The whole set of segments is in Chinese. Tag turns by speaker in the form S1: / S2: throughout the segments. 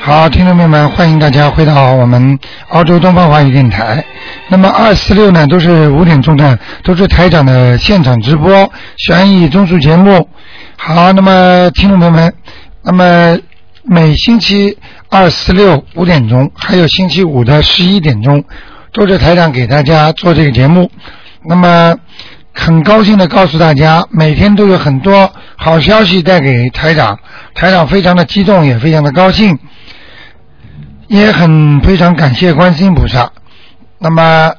S1: 好，听众朋友们，欢迎大家回到我们澳洲东方华语电台。那么二四六呢，都是五点钟的，都是台长的现场直播悬疑综述节目。好，那么听众朋友们，那么每星期二、四、六五点钟，还有星期五的十一点钟，都是台长给大家做这个节目。那么很高兴的告诉大家，每天都有很多好消息带给台长，台长非常的激动，也非常的高兴。也很非常感谢观世音菩萨。那么，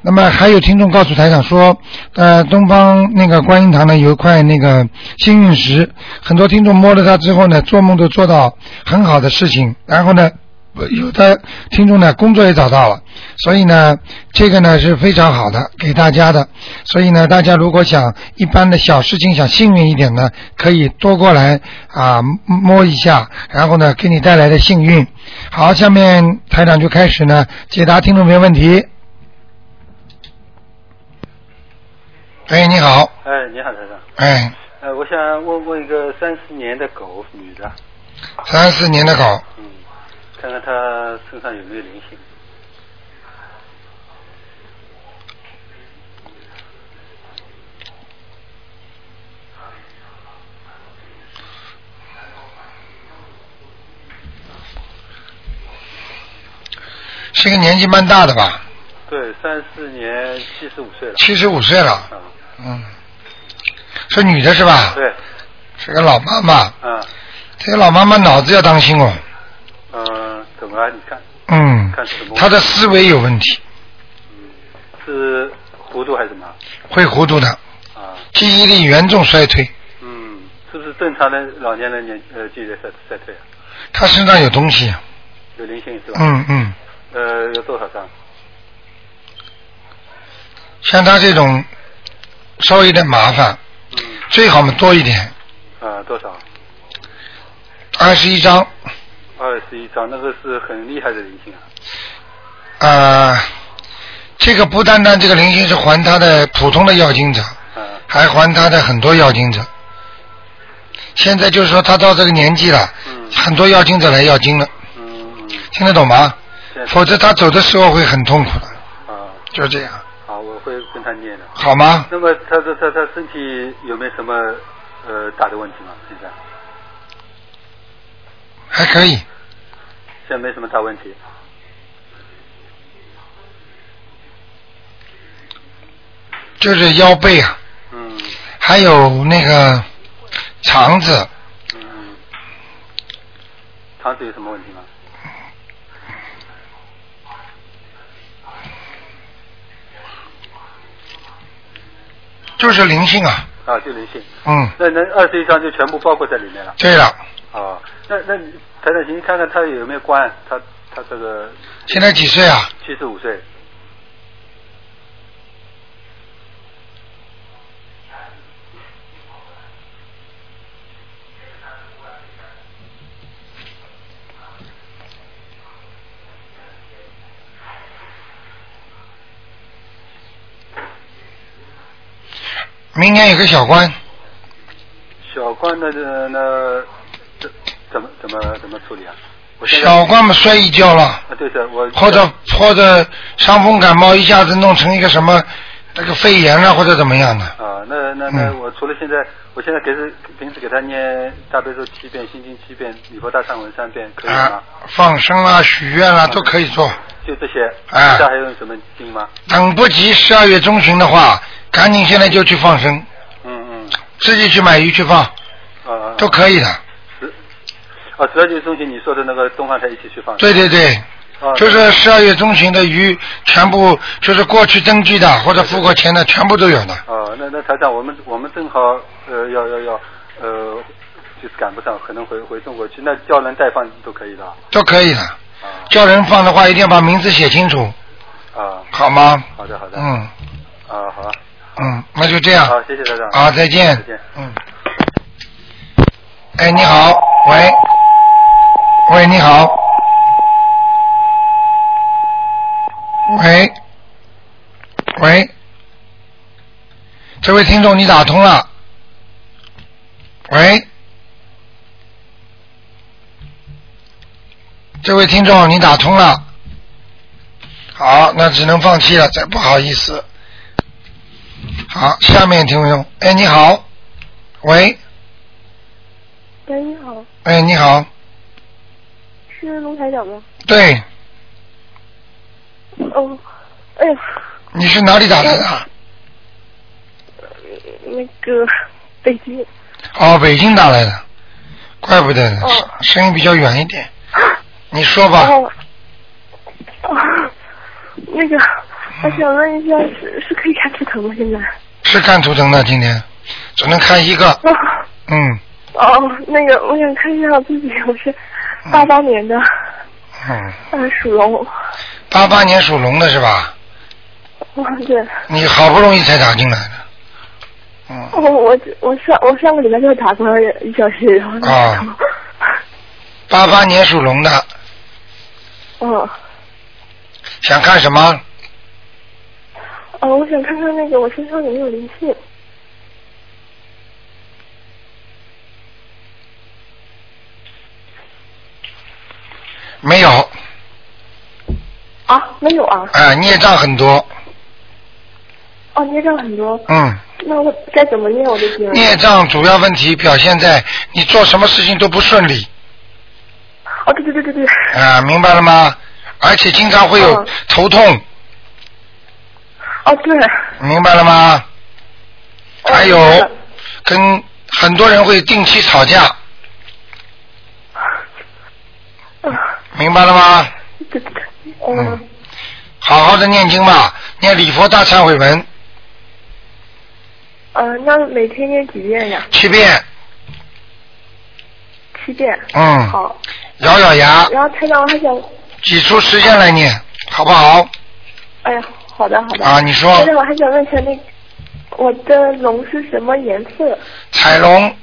S1: 那么还有听众告诉台长说，呃，东方那个观音堂呢有一块那个幸运石，很多听众摸了它之后呢，做梦都做到很好的事情，然后呢，有的听众呢工作也找到了，所以呢，这个呢是非常好的给大家的。所以呢，大家如果想一般的小事情想幸运一点呢，可以多过来啊摸一下，然后呢给你带来的幸运。好，下面台长就开始呢解答听众朋友问题。哎，你好，
S2: 哎，你好，台长。
S1: 哎，
S2: 呃，我想问问一个三四年的狗，女的，
S1: 三四年的狗，
S2: 嗯，看看她身上有没有灵性。
S1: 是个年纪蛮大的吧，
S2: 对，三四年七十五岁了。
S1: 七十五岁了，啊
S2: 啊，
S1: 嗯，是女的是吧？
S2: 对，
S1: 是个老妈妈，
S2: 啊，
S1: 这个老妈妈脑子要当心哦，
S2: 嗯、怎么了？你看
S1: 嗯
S2: 看什么，
S1: 她的思维有问题，
S2: 是糊涂还是什么？
S1: 会糊涂的，
S2: 啊，
S1: 记忆力严重衰退，
S2: 嗯，是不是正常的老年人年呃记忆力衰衰退啊？
S1: 她身上有东西，
S2: 有灵性是吧？
S1: 嗯嗯，
S2: 呃，有多少张？
S1: 像她这种稍微有点麻烦，
S2: 嗯，
S1: 最好嘛多一点，
S2: 啊，多少？
S1: 二十一张，
S2: 二十一张，那个是很厉害的灵性啊。
S1: 呃，这个不单单这个灵性是还他的普通的要经者，
S2: 啊，
S1: 还还他的很多要经者。现在就是说他到这个年纪了，
S2: 嗯
S1: 很多要经者来要经了，
S2: 嗯，嗯嗯
S1: 听得懂吗？
S2: 现在
S1: 否则他走的时候会很痛苦的，
S2: 啊。
S1: 就这样，
S2: 好，我会跟他念的。
S1: 好吗？
S2: 那么他的他他身体有没有什么呃大的问题吗？现在
S1: 还可以，
S2: 现在没什么大问题。
S1: 就是腰背啊，
S2: 嗯
S1: 还有那个肠子，
S2: 嗯嗯。肠子有什么问题吗？
S1: 就是灵性啊。
S2: 啊，就灵性。
S1: 嗯，
S2: 那那二十一章就全部包括在里面了。
S1: 对了，
S2: 啊，那那你台长，您看看他有没有关？他他这个
S1: 现在几岁啊？
S2: 七十五岁，
S1: 明年有个小官，
S2: 小关那那那怎怎么怎么怎么处理啊？我现在
S1: 小官嘛摔一跤了。
S2: 啊，对的，我
S1: 或者或者伤风感冒一下子弄成一个什么那个肺炎了或者怎么样的，
S2: 啊，那那那
S1: 嗯
S2: 我除了现在，我现在给是平时给他念大悲咒七遍，心经七遍，礼佛大忏文三遍，可以吗
S1: 啊？，放生啦、许愿啦都可以做。
S2: 就这些，
S1: 啊
S2: 其他还有什么经吗？
S1: 等不及十二月中旬的话，赶紧现在就去放生，
S2: 嗯嗯，
S1: 自己去买鱼去放
S2: 啊啊
S1: 都可以的。
S2: 啊，主要就是中间你说的那个东方台一起去放，
S1: 对对对，
S2: 啊，
S1: 就是十二月中旬的鱼全部就是过去登记的或者付过钱的全部都有的。
S2: 啊，那那台长，我们我们正好呃要要要呃，就是赶不上，可能回回中国去，那叫人代放都可以的啊
S1: 都可以的，
S2: 啊
S1: 叫人放的话一定要把名字写清楚，
S2: 啊，
S1: 好吗？
S2: 好的好的，
S1: 嗯
S2: 啊好啊，
S1: 嗯，那就这样。
S2: 好，谢谢台长，
S1: 啊，再见。
S2: 再见。
S1: 嗯。哎，你好，喂，喂，你好，喂，喂，这位听众你打通了，喂，这位听众，你打通了。好，那只能放弃了，再不好意思。好，下面听众，哎，你好，喂，
S3: 喂，你好，
S1: 哎，你好，
S3: 是龙台长吗？
S1: 对，
S3: 哦，哎呀，
S1: 你是哪里打来的？
S3: 那个北京，
S1: 哦，北京打来的，怪不得呢，
S3: 哦
S1: 声音比较远一点。你说吧
S3: 然，后，啊，那个，我想问一下，是是可以看图腾吗？现在？
S1: 是看图腾的今天，只能看一个，
S3: 啊，
S1: 嗯
S3: 哦，那个，我想看一下我自己，我是八八年的，
S1: 嗯，
S3: 啊，属龙，
S1: 八八年属龙的是吧？
S3: 啊，对，
S1: 你好不容易才打进来的，嗯，
S3: 哦，我我上我上个礼拜就打过来一小时，然后就
S1: 啊，八八年属龙的
S3: 嗯，哦、
S1: 想看什么？
S3: 哦我想看看那个我身上有没有灵性，
S1: 没有，
S3: 啊，没有啊，
S1: 哎、孽障很多，
S3: 哦，孽障很多，
S1: 嗯，
S3: 那我该怎么念我的经？
S1: 孽障主要问题表现在你做什么事情都不顺利，
S3: 哦，对对对对对，
S1: 啊、明白了吗？而且经常会有
S3: 嗯
S1: 头痛，
S3: 哦对，
S1: 明白了吗？
S3: 哦
S1: 还有
S3: 明白了
S1: 跟很多人会定期吵架，
S3: 啊，
S1: 明白了吗？
S3: 对对对，
S1: 嗯
S3: 嗯，
S1: 好好的念经吧，念礼佛大忏悔文
S3: 呃，那每天念几遍呀？
S1: 七遍，
S3: 七遍。
S1: 嗯，
S3: 好，
S1: 咬咬牙，
S3: 然后台长我还想，
S1: 挤出时间来念，好不好？
S3: 哎呀，好的好的。
S1: 啊，你说
S3: 台长我还想问一下那我的龙是什么颜色？
S1: 彩龙，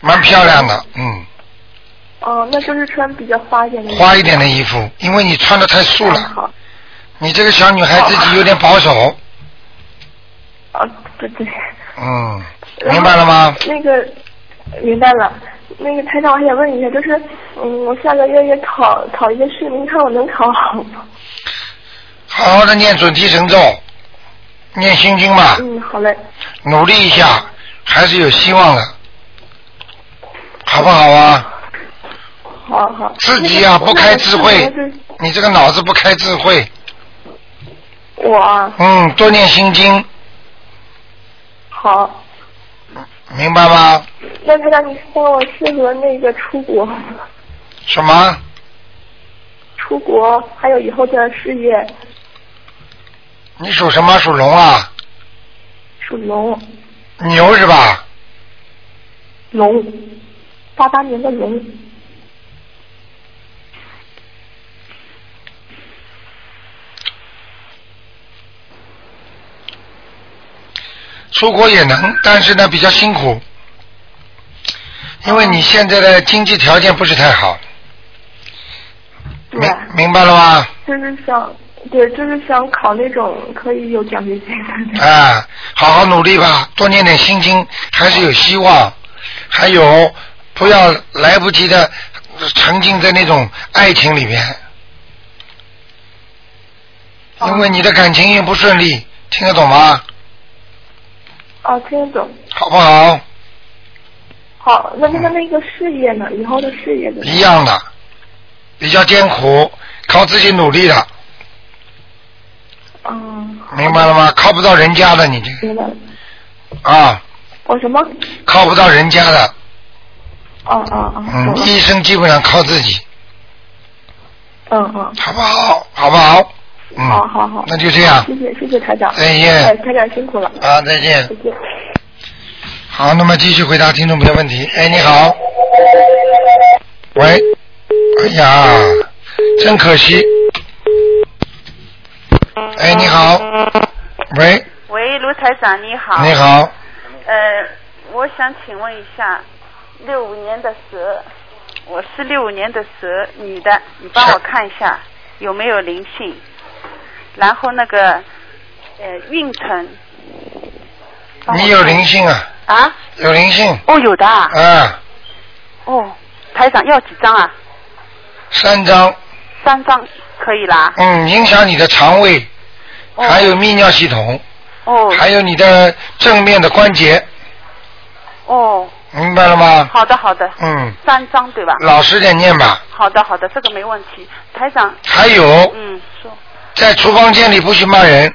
S1: 蛮漂亮的，嗯，
S3: 哦、那就是穿比较花一点的。
S1: 花一点的衣服，因为你穿的太素
S3: 嗯
S1: 了，
S3: 好，
S1: 你这个小女孩自己有点保守，
S3: 啊，对对。
S1: 嗯，
S3: 然后
S1: 明白了吗？
S3: 那个明白了。那个台长，我还想问一下，就是，嗯，我下个月也考考一个试，您看我能考好吗？
S1: 好好的念准提神咒，念心经吧，
S3: 嗯，好嘞。
S1: 努力一下，还是有希望的，好不好啊？
S3: 好好。
S1: 自己呀、
S3: 那个
S1: 不开智慧
S3: 那个是，
S1: 你这个脑子不开智慧，
S3: 我啊，
S1: 嗯，多念心经，
S3: 好，
S1: 明白吗？
S3: 那台长，你帮我适合那个出国吗，
S1: 什么？
S3: 出国，还有以后的事业，
S1: 你属什么？属龙啊？
S3: 属龙，
S1: 牛是吧？
S3: 龙，八八年的龙，
S1: 出国也能，但是呢比较辛苦，因为你现在的经济条件不是太好，
S3: 对，
S1: 明明白了吗？
S3: 就是想，对，就是想考那种可以有奖学金的。
S1: 啊，好好努力吧，多念点心经，还是有希望。还有，不要来不及的沉浸在那种爱情里面，
S3: 哦
S1: 因为你的感情运不顺利，听得懂吗？
S3: 哦，听得懂。
S1: 好不好？
S3: 好，那那个那个事业呢？以后的事业呢？
S1: 一样的，比较艰苦，靠自己努力的，
S3: 嗯，
S1: 明白了吗？靠不到人家的，你这
S3: 明白了。
S1: 个啊，
S3: 我哦什么？
S1: 靠不到人家的，
S3: 哦哦哦，懂
S1: 嗯，
S3: 了
S1: 医生基本上靠自己，
S3: 嗯嗯，
S1: 好不好？好不好？嗯，
S3: 好好好
S1: 那就这样
S3: 谢谢谢谢台长。
S1: 再见
S3: 哎，台长辛苦了，
S1: 啊，再见
S3: 再。见。
S1: 好，那么继续回答听众朋友问题。哎，你好。喂。哎呀，真可惜。哎，你好。喂，
S4: 喂，卢台长，你好。
S1: 你。好。
S4: 呃，我想请问一下，六五年的蛇，我是六五年的蛇，女的，你帮我看一下有没有灵性，然后那个呃运程。帮我
S1: 你有
S4: 看
S1: 灵性啊？
S4: 啊？
S1: 有灵性
S4: 哦，有的啊。
S1: 啊，
S4: 哦，台长要几张啊？
S1: 三张，
S4: 三张可以啦。
S1: 嗯，影响你的肠胃，
S4: 哦
S1: 还有泌尿系统，
S4: 哦
S1: 还有你的正面的关节，
S4: 哦，
S1: 明白了吗？
S4: 好的好的，
S1: 嗯，
S4: 三张对吧？
S1: 老实点念吧。
S4: 好的好的，这个没问题。台长，
S1: 还有，
S4: 嗯，说，
S1: 在厨房间里不许骂人，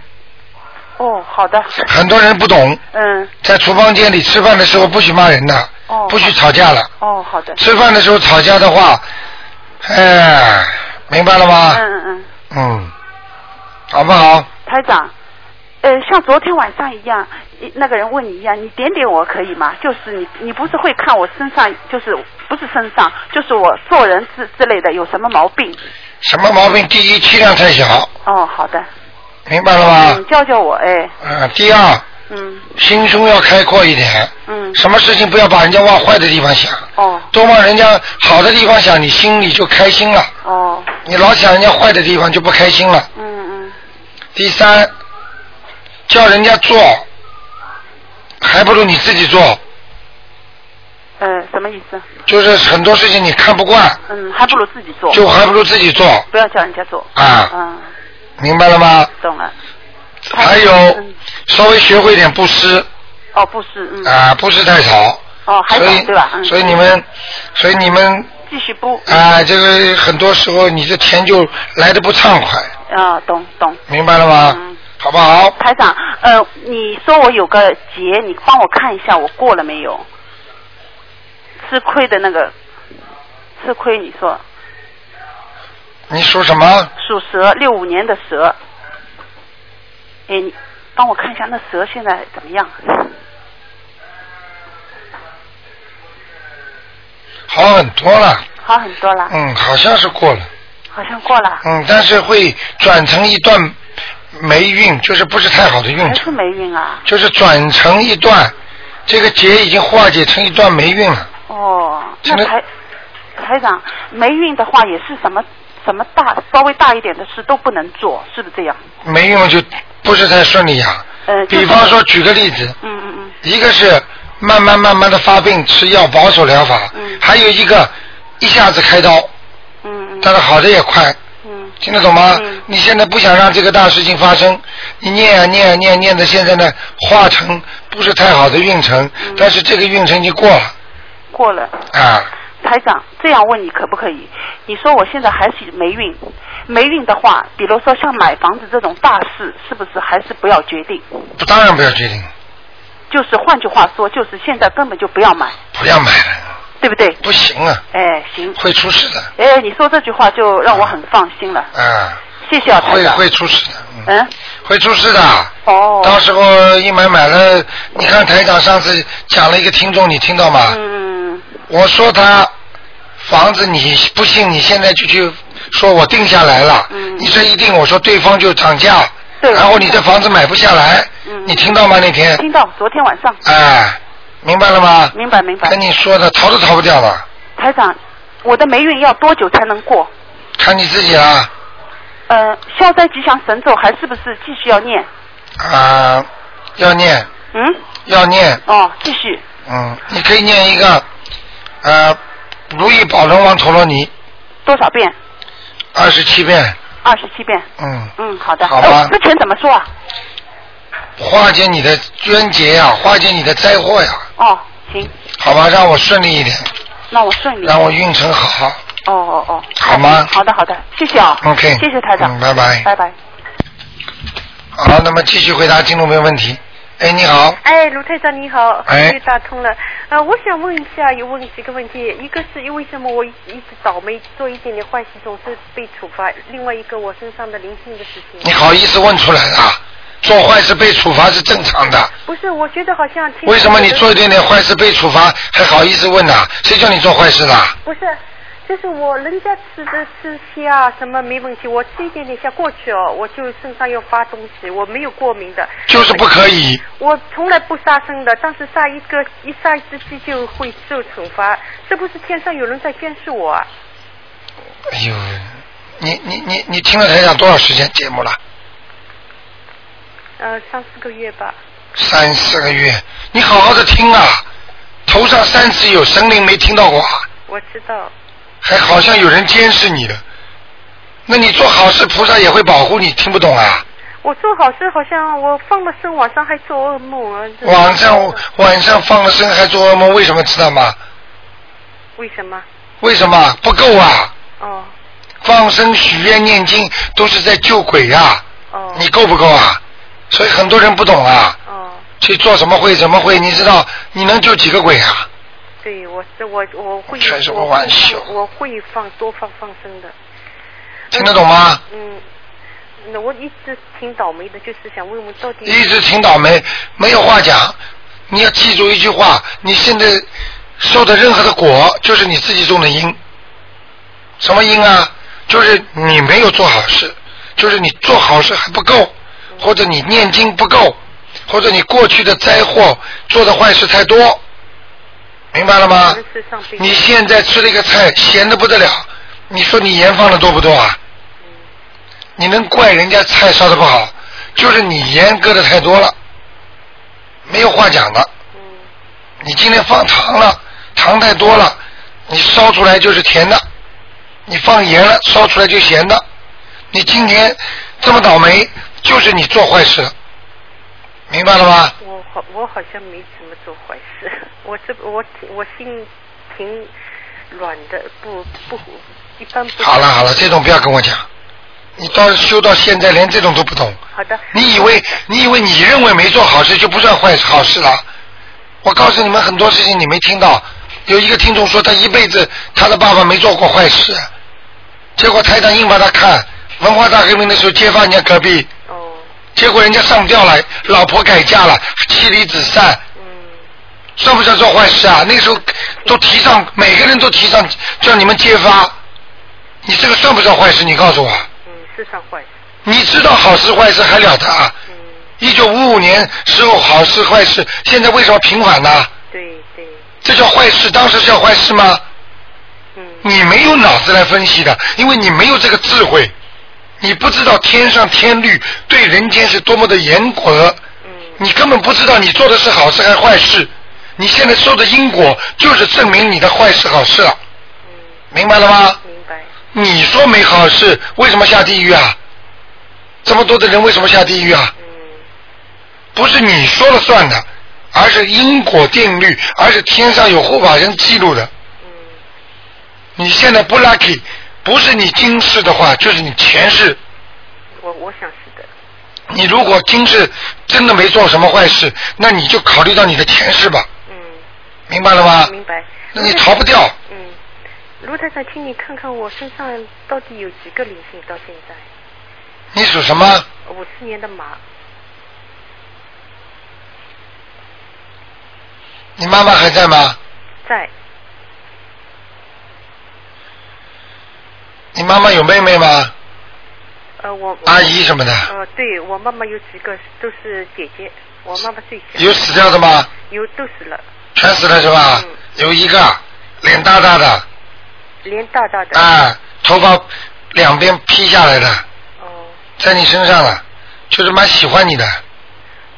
S4: 哦，好的，
S1: 很多人不懂，
S4: 嗯，
S1: 在厨房间里吃饭的时候不许骂人的，
S4: 哦，
S1: 不许
S4: 好
S1: 吵架了。
S4: 哦，好的，
S1: 吃饭的时候吵架的话，哎，明白了
S4: 嗯
S1: 吗？
S4: 嗯嗯，
S1: 嗯，好不好？
S4: 台长。呃，像昨天晚上一样，一那个人问你一样，你点点我可以吗？就是你，你不是会看我身上，就是不是身上，就是我做人之之类的有什么毛病？
S1: 什么毛病？第一，气量太小，
S4: 哦，好的，
S1: 明白了
S4: 嗯
S1: 吗？，
S4: 教教我，哎，
S1: 嗯、第二，
S4: 嗯
S1: 心胸要开阔一点，
S4: 嗯，
S1: 什么事情不要把人家往坏的地方想，
S4: 哦
S1: 多往人家好的地方想，你心里就开心了。
S4: 哦，
S1: 你老想人家坏的地方就不开心了。
S4: 嗯嗯，
S1: 第三，叫人家做，还不如你自己做。
S4: 呃，什么意思？
S1: 就是很多事情你看不惯，
S4: 嗯，还不如自己做，
S1: 就还不如自己做
S4: 不要叫人家做。
S1: 啊，
S4: 嗯，
S1: 明白了吗？
S4: 懂了。
S1: 还有
S4: 嗯，
S1: 稍微学会点布施
S4: 哦，不是，嗯，
S1: 啊，布施太少，
S4: 哦，还
S1: 所
S4: 早对吧？
S1: 以
S4: 嗯，
S1: 所以你们，所以你们
S4: 继续不？
S1: 啊，这个很多时候你的钱就来的不畅快，
S4: 啊，懂懂。
S1: 明白了吗
S4: 嗯？
S1: 好不好？
S4: 台长，呃，你说我有个劫，你帮我看一下我过了没有？吃亏的那个，吃亏，你说
S1: 你属什么？
S4: 属蛇，六五年的蛇。哎，你帮我看一下那蛇现在怎么样？
S1: 好很多了，
S4: 好很多了，
S1: 嗯，好像是过了，
S4: 好像过了，
S1: 嗯，但是会转成一段霉运，就是不是太好的运
S4: 还
S1: 程
S4: 是。霉运啊？
S1: 就是转成一段，这个劫已经化解成一段霉运了。
S4: 哦，
S1: 现
S4: 那
S1: 在
S4: 台台长，霉运的话也是什么什么大稍微大一点的事都不能做，是不是这样？
S1: 霉运就不是太顺利啊。
S4: 呃，就
S1: 比
S4: 是
S1: 方说，，举个例子，
S4: 嗯嗯嗯，
S1: 一个是慢慢慢慢的发病，吃药保守疗法
S4: 嗯，
S1: 还有一个一下子开刀，
S4: 嗯嗯
S1: 但是好的也快，
S4: 嗯
S1: 听得懂吗
S4: 嗯？
S1: 你现在不想让这个大事情发生，你念啊念啊念啊念的，现在呢化成不是太好的运程，
S4: 嗯
S1: 但是这个运程已经过了
S4: 过了。
S1: 啊，
S4: 台长，这样问你可不可以？你说我现在还是霉运，霉运的话，比如说像买房子这种大事，是不是还是不要决定？
S1: 不当然不要决定，
S4: 就是换句话说，就是现在根本就不要买，
S1: 不要买了，
S4: 对不对？
S1: 不行啊，
S4: 哎，行，
S1: 会出事的。
S4: 哎，你说这句话就让我很放心了，
S1: 啊，
S4: 谢谢啊，台
S1: 会
S4: 长。
S1: 会出事的，嗯，
S4: 嗯，
S1: 会出事的。
S4: 哦，
S1: 到时候一买买了，你看台长上次讲了一个听众，你听到吗？
S4: 嗯，
S1: 我说他房子你不信，你现在就去说我定下来了，
S4: 嗯
S1: 你这一定，我说对方就涨价，
S4: 对
S1: 然后你这房子买不下来，
S4: 嗯
S1: 你听到吗？那天，
S4: 听到昨天晚上，
S1: 哎，明白了吗？
S4: 明白明白。
S1: 啊跟你说的逃都逃不掉了，
S4: 台长，我的霉运要多久才能过？
S1: 看你自己啦。
S4: 呃，消灾吉祥神咒还是不是继续要念？
S1: 啊，要念
S4: 嗯，
S1: 要念，
S4: 哦，继续。
S1: 嗯，你可以念一个，呃，如意宝轮王陀罗尼
S4: 多少遍？
S1: 二十七遍，
S4: 二十七遍。
S1: 嗯，
S4: 嗯，好的。
S1: 好吧
S4: 哦之前怎么说啊？
S1: 化解你的冤结呀、化解你的灾祸呀、
S4: 哦，行，
S1: 好吧，让我顺利一点，
S4: 嗯那我顺利。
S1: 让
S4: 哦
S1: 我运程好。
S4: 哦哦。
S1: 好吗
S4: 好的好的，谢谢啊。
S1: OK
S4: 谢谢台长。
S1: 嗯拜拜
S4: 拜拜。
S1: 好，那么继续回答听众朋友问题。哎，你好，
S5: 哎，卢台长你好，
S1: 哎
S5: 又打通了。呃，我想问一下，有问几个问题，一个是为什么我一直倒霉，做一点点坏事总是被处罚，另外一个我身上的灵性的事情
S1: 你。好意思问出来啊？做坏事被处罚是正常的，
S5: 不是，我觉得好像听
S1: 为什么你
S5: 我的
S1: 做一点点坏事被处罚还好意思问呐、谁叫你做坏事啊啦？
S5: 不是？就是我人家吃的吃虾啊什么没问题，我吃一点点虾过去哦，我就身上要发东西，我没有过敏的，
S1: 就是不可以。
S5: 我从来不杀生的，但是杀一个一杀一只鸡就会受惩罚，是不是天上有人在监视我啊？
S1: 哎呦，你你你你听了台长多少时间节目了？
S5: 呃，三四个月吧。
S1: 三四个月，你好好的听啊，头上三尺有神灵没听到过啊？
S5: 我知道，
S1: 还好像有人监视你的。那你做好事，菩萨也会保护你，听不懂啊？
S6: 我做好事好像我放了生，晚上还做噩梦啊。这
S1: 晚上晚上放了生还做噩梦，为什么知道吗？
S6: 为什么？
S1: 为什么不够啊？
S6: 哦
S1: 放生、许愿、念经都是在救鬼啊！
S6: 哦
S1: 你够不够啊？所以很多人不懂啊，
S6: 哦，
S1: 去做什么会什么会，你知道你能救几个鬼啊？
S6: 对我这我我会
S1: 开什么
S6: 我会
S1: 玩笑
S6: 放我会放多放放生的。
S1: 听得懂吗？
S6: 嗯，那我一直挺倒霉的，就是想问问到底
S1: 一直挺倒霉，没有话讲。你要记住一句话：你现在受的任何的果，就是你自己种的因。什么因啊？就是你没有做好事，就是你做好事还不够，或者你念经不够，或者你过去的灾祸做的坏事太多，明白了吗
S6: 可能？是上辈子
S1: 你现在吃了一个菜，咸的不得了，你说你盐放的多不多啊？
S6: 嗯
S1: 你能怪人家菜烧的不好，就是你盐搁的太多了，没有话讲的。
S6: 嗯
S1: 你今天放糖了，糖太多了，你烧出来就是甜的；你放盐了，烧出来就咸的。你今天这么倒霉，就是你做坏事了，明白了吗？
S6: 我好我好像没怎么做坏事， 我这我挺我心挺软的，不不一般不
S1: 好了好了，这种不要跟我讲，你到修到现在连这种都不懂。
S6: 好的
S1: 你以为你以为你认为没做好事就不算坏好事了？我告诉你们很多事情你没听到，有一个听众说他一辈子他的爸爸没做过坏事，结果台长硬把他看文化大革命的时候揭发人家隔壁，
S6: 哦
S1: 结果人家上吊了，老婆改嫁了，妻离子散，
S6: 嗯
S1: 算不算做坏事啊？那时候都提倡每个人都提倡叫你们揭发，你这个算不算坏事？你告诉我，
S6: 嗯是算坏事
S1: 你知道好事坏事还了得啊？
S6: 嗯
S1: 一九五五年时候好事坏事，现在为什么平反呢？
S6: 对对
S1: 这叫坏事，当时叫坏事吗？
S6: 嗯
S1: 你没有脑子来分析的，因为你没有这个智慧，你不知道天上天律对人间是多么的严格，
S6: 嗯
S1: 你根本不知道你做的是好事还是坏事。你现在受的因果就是证明你的坏事好事了，
S6: 嗯
S1: 明白了吗？
S6: 明白
S1: 你说没好事，为什么下地狱啊？这么多的人为什么下地狱啊？
S6: 嗯
S1: 不是你说了算的，而是因果定律，而是天上有护法神记录的。
S6: 嗯
S1: 你现在不 lucky，不是你今世的话，就是你前世。
S6: 我我想是的
S1: 你如果今世真的没做什么坏事，那你就考虑到你的前世吧，
S6: 嗯。
S1: 明白了吗？
S6: 明白。
S1: 那你逃不掉。
S6: 嗯，卢太太，请你看看我身上到底有几个灵性？到现在，
S1: 你属什么？
S6: 五四年的马，
S1: 你妈妈还在吗？
S6: 在
S1: 你妈妈有妹妹吗？
S6: 呃我我
S1: 阿姨什么的？
S6: 呃，对我妈妈有几个都是姐姐，我妈妈最小，
S1: 有死掉的吗？
S6: 有都死了，
S1: 全死了是吧
S6: 嗯？
S1: 有一个脸大大的，
S6: 连大大的
S1: 啊，头发两边披下来的。
S6: 哦
S1: 在你身上了，就是蛮喜欢你的，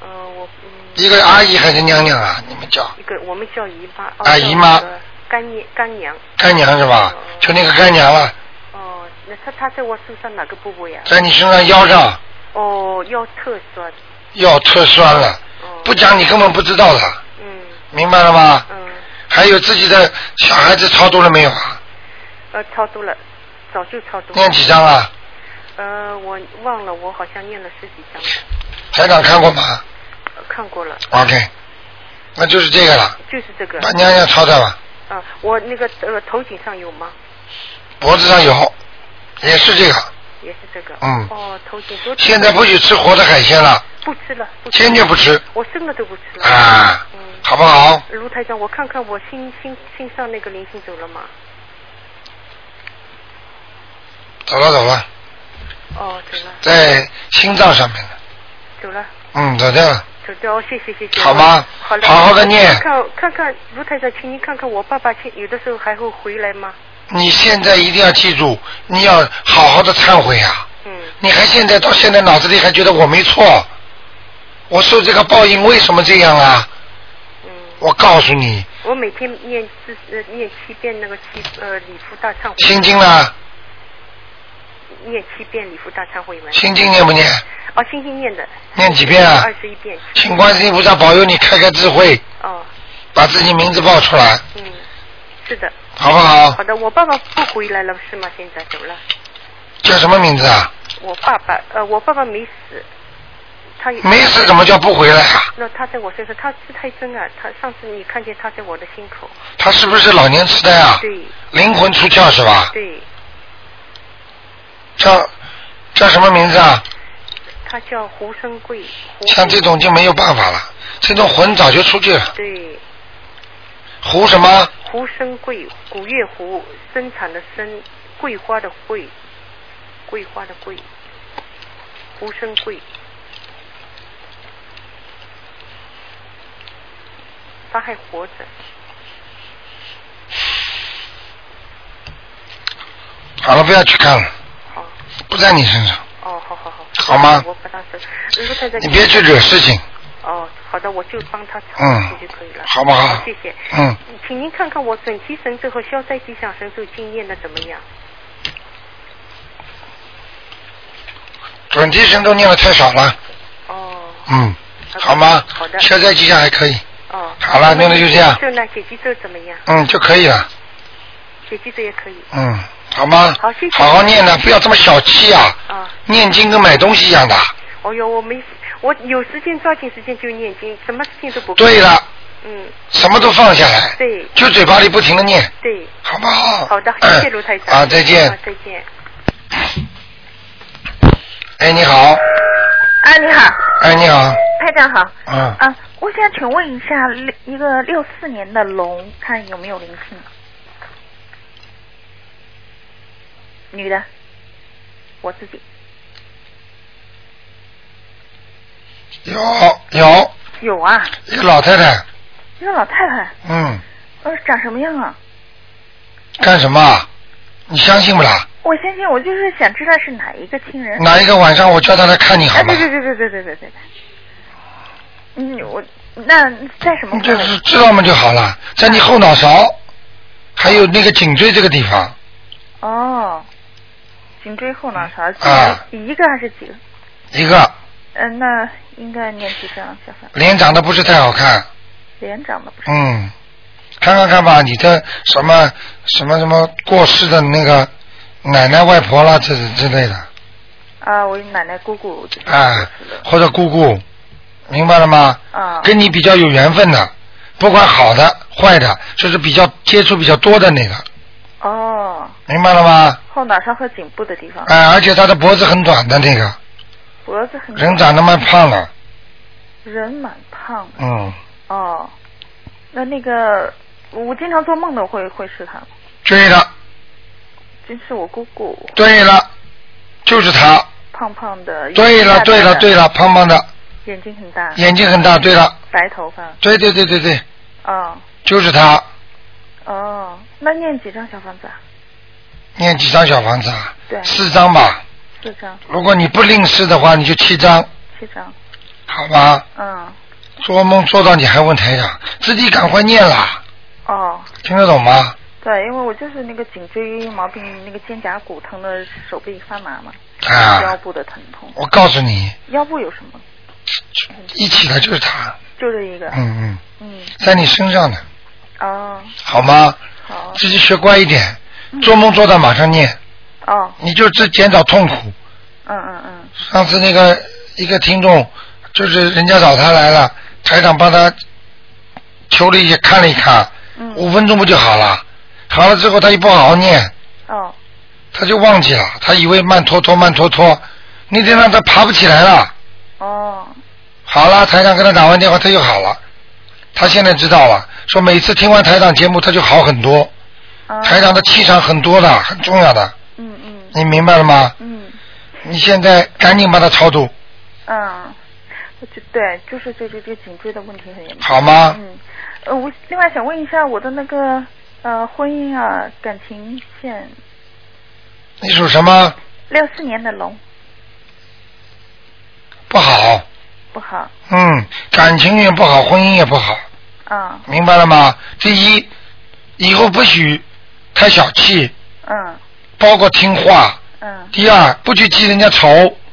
S6: 呃我嗯
S1: 一个阿姨还是娘娘啊，你们叫
S6: 一个我们叫姨妈哦
S1: 啊
S6: 叫
S1: 姨妈
S6: 那个干娘干娘
S1: 干娘是吧？就那个干娘了，
S6: 哦，那她她在我身上哪个部位呀、啊
S1: 在你身上腰上
S6: 哦，腰特酸
S1: 腰特酸了，
S6: 哦，
S1: 不讲你根本不知道的，
S6: 嗯
S1: 明白了吗？
S6: 嗯
S1: 还有自己的小孩子超度了没有啊？
S6: 呃超度了，早就超度了
S1: 念。几张啊？
S6: 呃，我忘了，我好像念了十几章了，
S1: 台长看过吗
S6: 呃看过了，
S1: ？OK，那就是这个了，
S6: 就是这个。
S1: 把娘娘抄掉吧，
S6: 啊，我那个呃头颈上有吗？
S1: 脖子上有，也是这个。
S6: 也是这个。
S1: 嗯
S6: 哦，头颈昨天
S1: 现在不许吃活的海鲜了，
S6: 不吃了，不吃
S1: 坚决
S6: 了。
S1: 不吃
S6: 我生了都不吃了。
S1: 啊，
S6: 嗯。
S1: 好不好？
S6: 卢台长，我看看我心心心上那个灵性走了吗？
S1: 走了走了，
S6: 哦，走了，
S1: 在心脏上面的，
S6: 走了，
S1: 嗯，走掉了。
S6: 走掉，哦谢谢谢谢。
S1: 好吗
S6: 好了。
S1: 好好地念
S6: 看看看卢台长，请您看看我爸爸，有的时候还会回来吗？
S1: 你现在一定要记住，你要好好的忏悔啊！
S6: 嗯
S1: 你还现在到现在脑子里还觉得我没错，我受这个报应为什么这样啊？
S6: 嗯
S1: 我告诉你，
S6: 我每天念四呃念七遍那个七呃礼佛大忏悔文，
S1: 心经啊呢？
S6: 念七遍礼佛大忏悔文，
S1: 心经念不念？
S6: 哦，心经念的
S1: 念几遍啊
S6: 二？十一遍，
S1: 请观世音菩萨保佑你开开智慧，
S6: 哦，
S1: 把自己名字报出来，
S6: 嗯，是的，
S1: 好不好
S6: 好？的，我爸爸不回来了是吗？现在走了，
S1: 叫什么名字啊？
S6: 我爸爸呃我爸爸没死，他也
S1: 没死怎么叫不回来啊？
S6: 那他在我身上，他吃太真啊！他上次你看见他在我的心口，
S1: 他是不是老年痴呆啊？
S6: 对
S1: 灵魂出窍是吧？
S6: 对，
S1: 叫叫什么名字啊？
S6: 他叫胡生贵，胡
S1: 像这种就没有办法了，这种魂早就出去了。
S6: 对
S1: 胡什么？
S6: 胡生贵，古月胡生产的生，桂花的桂，桂花的桂，胡生贵。他还活着，
S1: 好了，不要去看了，
S6: 好，
S1: 不在你身上，
S6: 哦，好好好，
S1: 好吗
S6: 我？把他收。如果他在
S1: 你别去惹事情，
S6: 哦，好的，我就帮他抄
S1: 嗯
S6: 出去就可以了。
S1: 好不好
S6: 谢谢。
S1: 嗯，
S6: 请您看看我准提神咒和消灾吉祥神咒经验的怎么样？
S1: 准提神咒念的太少了，
S6: 哦，
S1: 嗯，
S6: 好的
S1: 好吗？
S6: 好的
S1: 消灾吉祥还可以，
S6: 哦。
S1: 好了那就这样
S6: 咒呢？解结咒怎么样？
S1: 嗯，就可以了，
S6: 解结咒也可以。
S1: 嗯，好吗？
S6: 好谢谢
S1: 好好念呢，不要这么小气啊！
S6: 啊，
S1: 念经跟买东西一样的。
S6: 哦哟，我没，我有时间抓紧时间就念经，什么事情都不干。
S1: 对了，
S6: 嗯，
S1: 什么都放下来，
S6: 对
S1: 就嘴巴里不停的念，
S6: 对。
S1: 好不好？
S6: 好的，谢谢卢台长。
S1: 啊，再
S6: 啊
S1: 见。
S6: 再见。
S1: 哎，你好，
S7: 啊，你好，
S1: 哎，你好，
S7: 台长好。
S1: 嗯，
S7: 啊，我想请问一下，六一个六四年的龙，看有没有灵性？女的，我自己
S1: 有有
S7: 有啊，
S1: 一个老太太，
S7: 一个老太太，
S1: 嗯，
S7: 呃，长什么样啊？
S1: 干什么啊？你相信不啦？
S7: 我相信，我就是想知道是哪一个亲人。
S1: 哪一个晚上我叫她来看你好
S7: 啊，
S1: 吗
S7: 对？对对对对对对对。嗯，我那在什么
S1: 你
S7: 部位
S1: 就？是知道嘛就好了，在你后脑勺，还有那个颈椎这个地方，
S7: 哦，颈椎后脑勺，
S1: 啊
S7: 一个还是几个？
S1: 一个
S7: 嗯、那应该念几张小凡？
S1: 脸长得不是太好看，
S7: 脸长得不是。
S1: 嗯，看看看吧，你的什么什么什么过世的那个奶奶、外婆啦，这之类的，
S7: 啊，我奶奶姑姑就是
S1: 啊
S7: 死了，
S1: 或者姑姑，明白了吗？
S7: 啊
S1: 跟你比较有缘分的，不管好的坏的，就是比较接触比较多的那
S7: 啊
S1: 个，
S7: 哦，
S1: 明白了吗？
S7: 后脑勺和颈部的地方，
S1: 哎，而且他的脖子很短的那个，
S7: 脖子很
S1: 人长得蛮胖的，
S7: 人蛮胖的
S1: 嗯，
S7: 哦。那那个我经常做梦的会会是他，
S1: 对了，
S7: 就是我姑姑
S1: 对了，就是他，
S7: 胖胖的，
S1: 对了，
S7: 眼睛大大的
S1: 对了，对了，胖胖的，
S7: 眼睛很大，
S1: 眼睛很大，对了，
S7: 白头发，
S1: 对对对对对，
S7: 哦
S1: 就是他，
S7: 哦，那念几张小房子啊？
S1: 念几张小房子啊？
S7: 对
S1: 四张吧。
S7: 四张、
S1: 如果你不吝啬的话，你就七张，
S7: 七张，
S1: 好吧？
S7: 嗯，
S1: 做梦做到你还问台长，自己赶快念啦，
S7: 哦，
S1: 听得懂吗？
S7: 对，因为我就是那个颈椎毛病，那个肩胛骨疼的手背发麻嘛，腰
S1: 啊，
S7: 部的疼痛，
S1: 我告诉你，
S7: 腰部有什么？
S1: 一起来就是他，
S7: 就这一个。
S1: 嗯嗯，
S7: 嗯，
S1: 在你身上的，
S7: 哦，
S1: 好吗？
S7: 好，嗯
S1: 自己学乖一点，做梦做到马上念，
S7: 哦，
S1: 你就只减少痛苦。
S7: 嗯嗯嗯，
S1: 上次那个一个听众，就是人家找他来了，台长帮他求了一下，看了一看，
S7: 嗯
S1: 五分钟不就好了？好了之后他又不好好念，
S7: 哦，
S1: 他就忘记了，他以为慢拖拖慢拖拖，那天让他爬不起来了。
S7: 哦，
S1: 好了，台长跟他打完电话，他就好了。他现在知道了，说每次听完台长节目，他就好很多。
S7: 啊，
S1: 台长的气场很多的，很重要的，
S7: 嗯嗯
S1: 你明白了吗？
S7: 嗯
S1: 你现在赶紧把他超度，
S7: 嗯，我就对，就是这这这颈椎的问题很严重。
S1: 好吗？
S7: 嗯，呃，我另外想问一下我的那个呃婚姻啊感情线，
S1: 你属什么？
S7: 六四年的龙
S1: 不好，
S7: 不好，
S1: 嗯，感情也不好，婚姻也不好，
S7: 嗯
S1: 明白了吗？第一，以后不许太小气，
S7: 嗯
S1: 包括听话；
S7: 嗯
S1: 第二，不去记人家仇；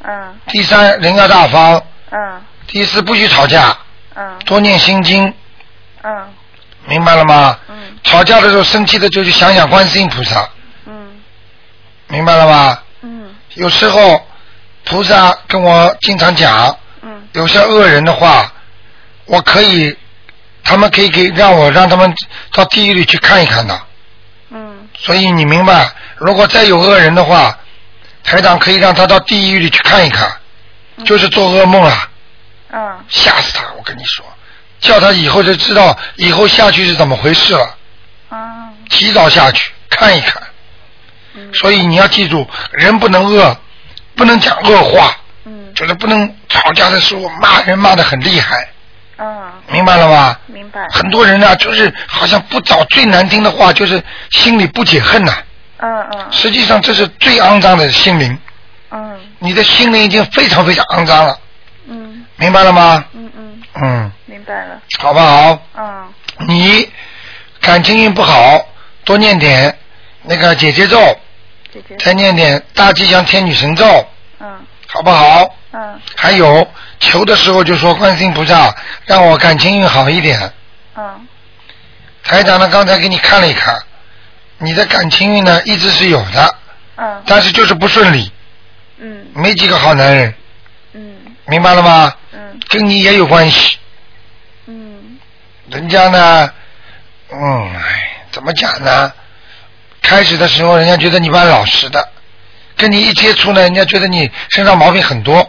S7: 嗯
S1: 第三，人要大方；
S7: 嗯
S1: 第四，不许吵架，
S7: 嗯
S1: 多念心经，
S7: 嗯
S1: 明白了吗？
S7: 嗯
S1: 吵架的时候生气的就去想想观世音菩萨，
S7: 嗯
S1: 明白了吗？
S7: 嗯
S1: 有时候菩萨跟我经常讲，
S7: 嗯
S1: 有些恶人的话，我可以，他们可以给让我让他们到地狱里去看一看的。
S7: 嗯
S1: 所以你明白，如果再有恶人的话，台长可以让他到地狱里去看一看，就是做噩梦了，
S7: 嗯
S1: 吓死他！我跟你说，叫他以后就知道以后下去是怎么回事了，
S7: 嗯
S1: 提早下去看一看。所以你要记住，人不能恶，不能讲恶话，
S7: 嗯
S1: 就是不能吵架的时候骂人骂得很厉害，
S7: 嗯，
S1: 明白了吗？
S7: 明白。
S1: 很多人啊，就是好像不找最难听的话，就是心里不解恨呐、
S7: 嗯嗯
S1: 实际上这是最肮脏的心灵，
S7: 嗯
S1: 你的心灵已经非常非常肮脏了，
S7: 嗯
S1: 明白了吗？
S7: 嗯嗯，
S1: 嗯，
S7: 明白了。
S1: 好不好？
S7: 嗯
S1: 你感情运不好，多念点那个姐姐咒，
S7: 姐姐。
S1: 再念点大吉祥天女神咒，
S7: 嗯
S1: 好不好？
S7: 嗯
S1: 还有求的时候就说观世音菩萨，让我感情运好一点。
S7: 嗯
S1: 台长呢，刚才给你看了一看，你的感情运呢一直是有的，
S7: 嗯
S1: 但是就是不顺利，
S7: 嗯
S1: 没几个好男人，
S7: 嗯
S1: 明白了吗？
S7: 嗯
S1: 跟你也有关系。
S7: 嗯
S1: 人家呢，嗯，哎，怎么讲呢？开始的时候，人家觉得你蛮老实的，跟你一接触呢，人家觉得你身上毛病很多，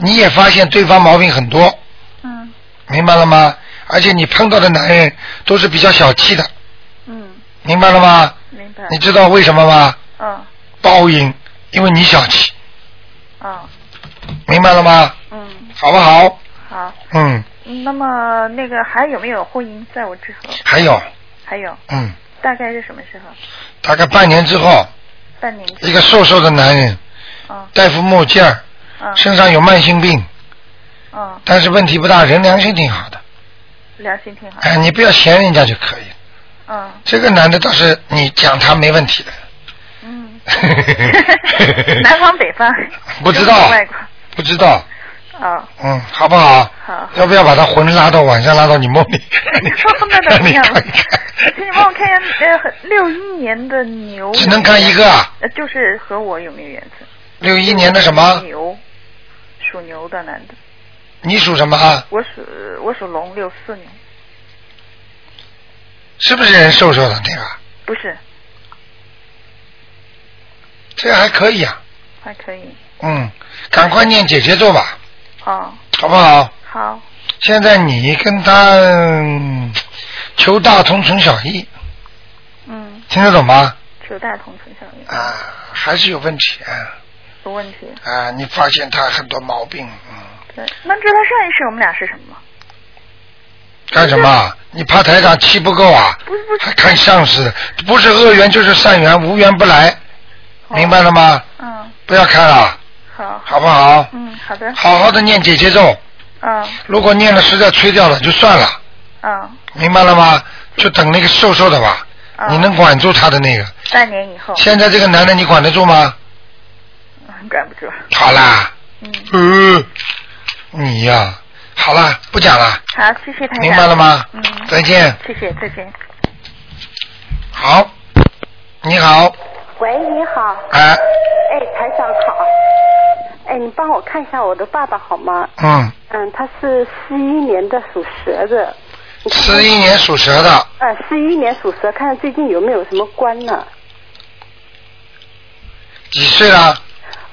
S1: 你也发现对方毛病很多，
S7: 嗯
S1: 明白了吗？而且你碰到的男人都是比较小气的，
S7: 嗯，
S1: 明白了吗？
S7: 明白。
S1: 你知道为什么吗？
S7: 嗯
S1: 报应，因为你小气，
S7: 嗯
S1: 明白了吗？
S7: 嗯，
S1: 好不好？
S7: 好。
S1: 嗯，
S7: 那么那个还有没有婚姻在我之后？
S1: 还有，
S7: 还有，
S1: 嗯，
S7: 大概是什么时候？
S1: 大概半年之后，
S7: 半年之
S1: 一个瘦瘦的男人，
S7: 后。嗯
S1: 戴副墨镜儿，
S7: 嗯
S1: 身上有慢性病，
S7: 嗯，
S1: 但是问题不大，人良心挺好的。
S7: 良心挺 好。
S1: 哎，你不要嫌人家就可以了。
S7: 嗯
S1: 这个男的倒是你讲他没问题的，
S7: 嗯。南方北方。
S1: 不知道
S7: 中国外国。
S1: 不知道，
S7: 哦，
S1: 嗯，好不好？
S7: 好。
S1: 要不要把他魂拉到晚上拉到你梦里？
S7: 嗯那倒
S1: 让
S7: 不
S1: 你
S7: 要
S1: 看
S7: 了
S1: 一看，
S7: 请你帮我看一下，呃，六一年的牛。
S1: 只能看一个啊。
S7: 呃，就是和我有没有缘分？
S1: 六一年的什么？
S7: 牛，属牛的男的，
S1: 你属什么啊？
S7: 我属我属龙，六四年，
S1: 是不是人瘦瘦的那个？
S7: 不是，
S1: 这个还可以啊。
S7: 还可以。
S1: 嗯，赶快念姐姐咒吧，
S7: 哦，
S1: 好不好？
S7: 好，
S1: 现在你跟他、嗯求大同存小异，
S7: 嗯，
S1: 听得懂吗？
S7: 求大同存小异，
S1: 啊，还是有问题啊
S7: 有问题。
S1: 啊！你发现他很多毛病，嗯，
S7: 对，那知道上一世我们俩是什么吗？
S1: 干什么啊？你怕台长气不够啊？
S7: 不是不是
S1: 还看上司的，不是恶缘就是善缘，无缘不来，明白了吗？
S7: 哦嗯，
S1: 不要看了，
S7: 好，
S1: 好不好？
S7: 嗯，好的，
S1: 好好的念姐姐咒，
S7: 嗯
S1: 如果念了实在吹掉了就算了，
S7: 嗯
S1: 明白了吗？就等那个瘦瘦的吧，
S7: 嗯。
S1: 你能管住他的那个。
S7: 半年以后，
S1: 现在这个男的你管得住吗？
S7: 嗯管不住。
S1: 好啦，
S7: 嗯，
S1: 嗯，你呀、好啦，不讲了，
S7: 好，谢谢台长。
S1: 明白了吗？
S7: 嗯，
S1: 再见。
S7: 谢谢，再见。
S1: 好，你好，
S8: 喂，你好，
S1: 哎，
S8: 哎，台长好，哎，你帮我看一下我的爸爸好吗？
S1: 嗯，
S8: 嗯，他是四一年的，属蛇的。你看
S1: 四一年属蛇的，
S8: 呃，四一年属蛇，看看最近有没有什么关呢？
S1: 几岁了？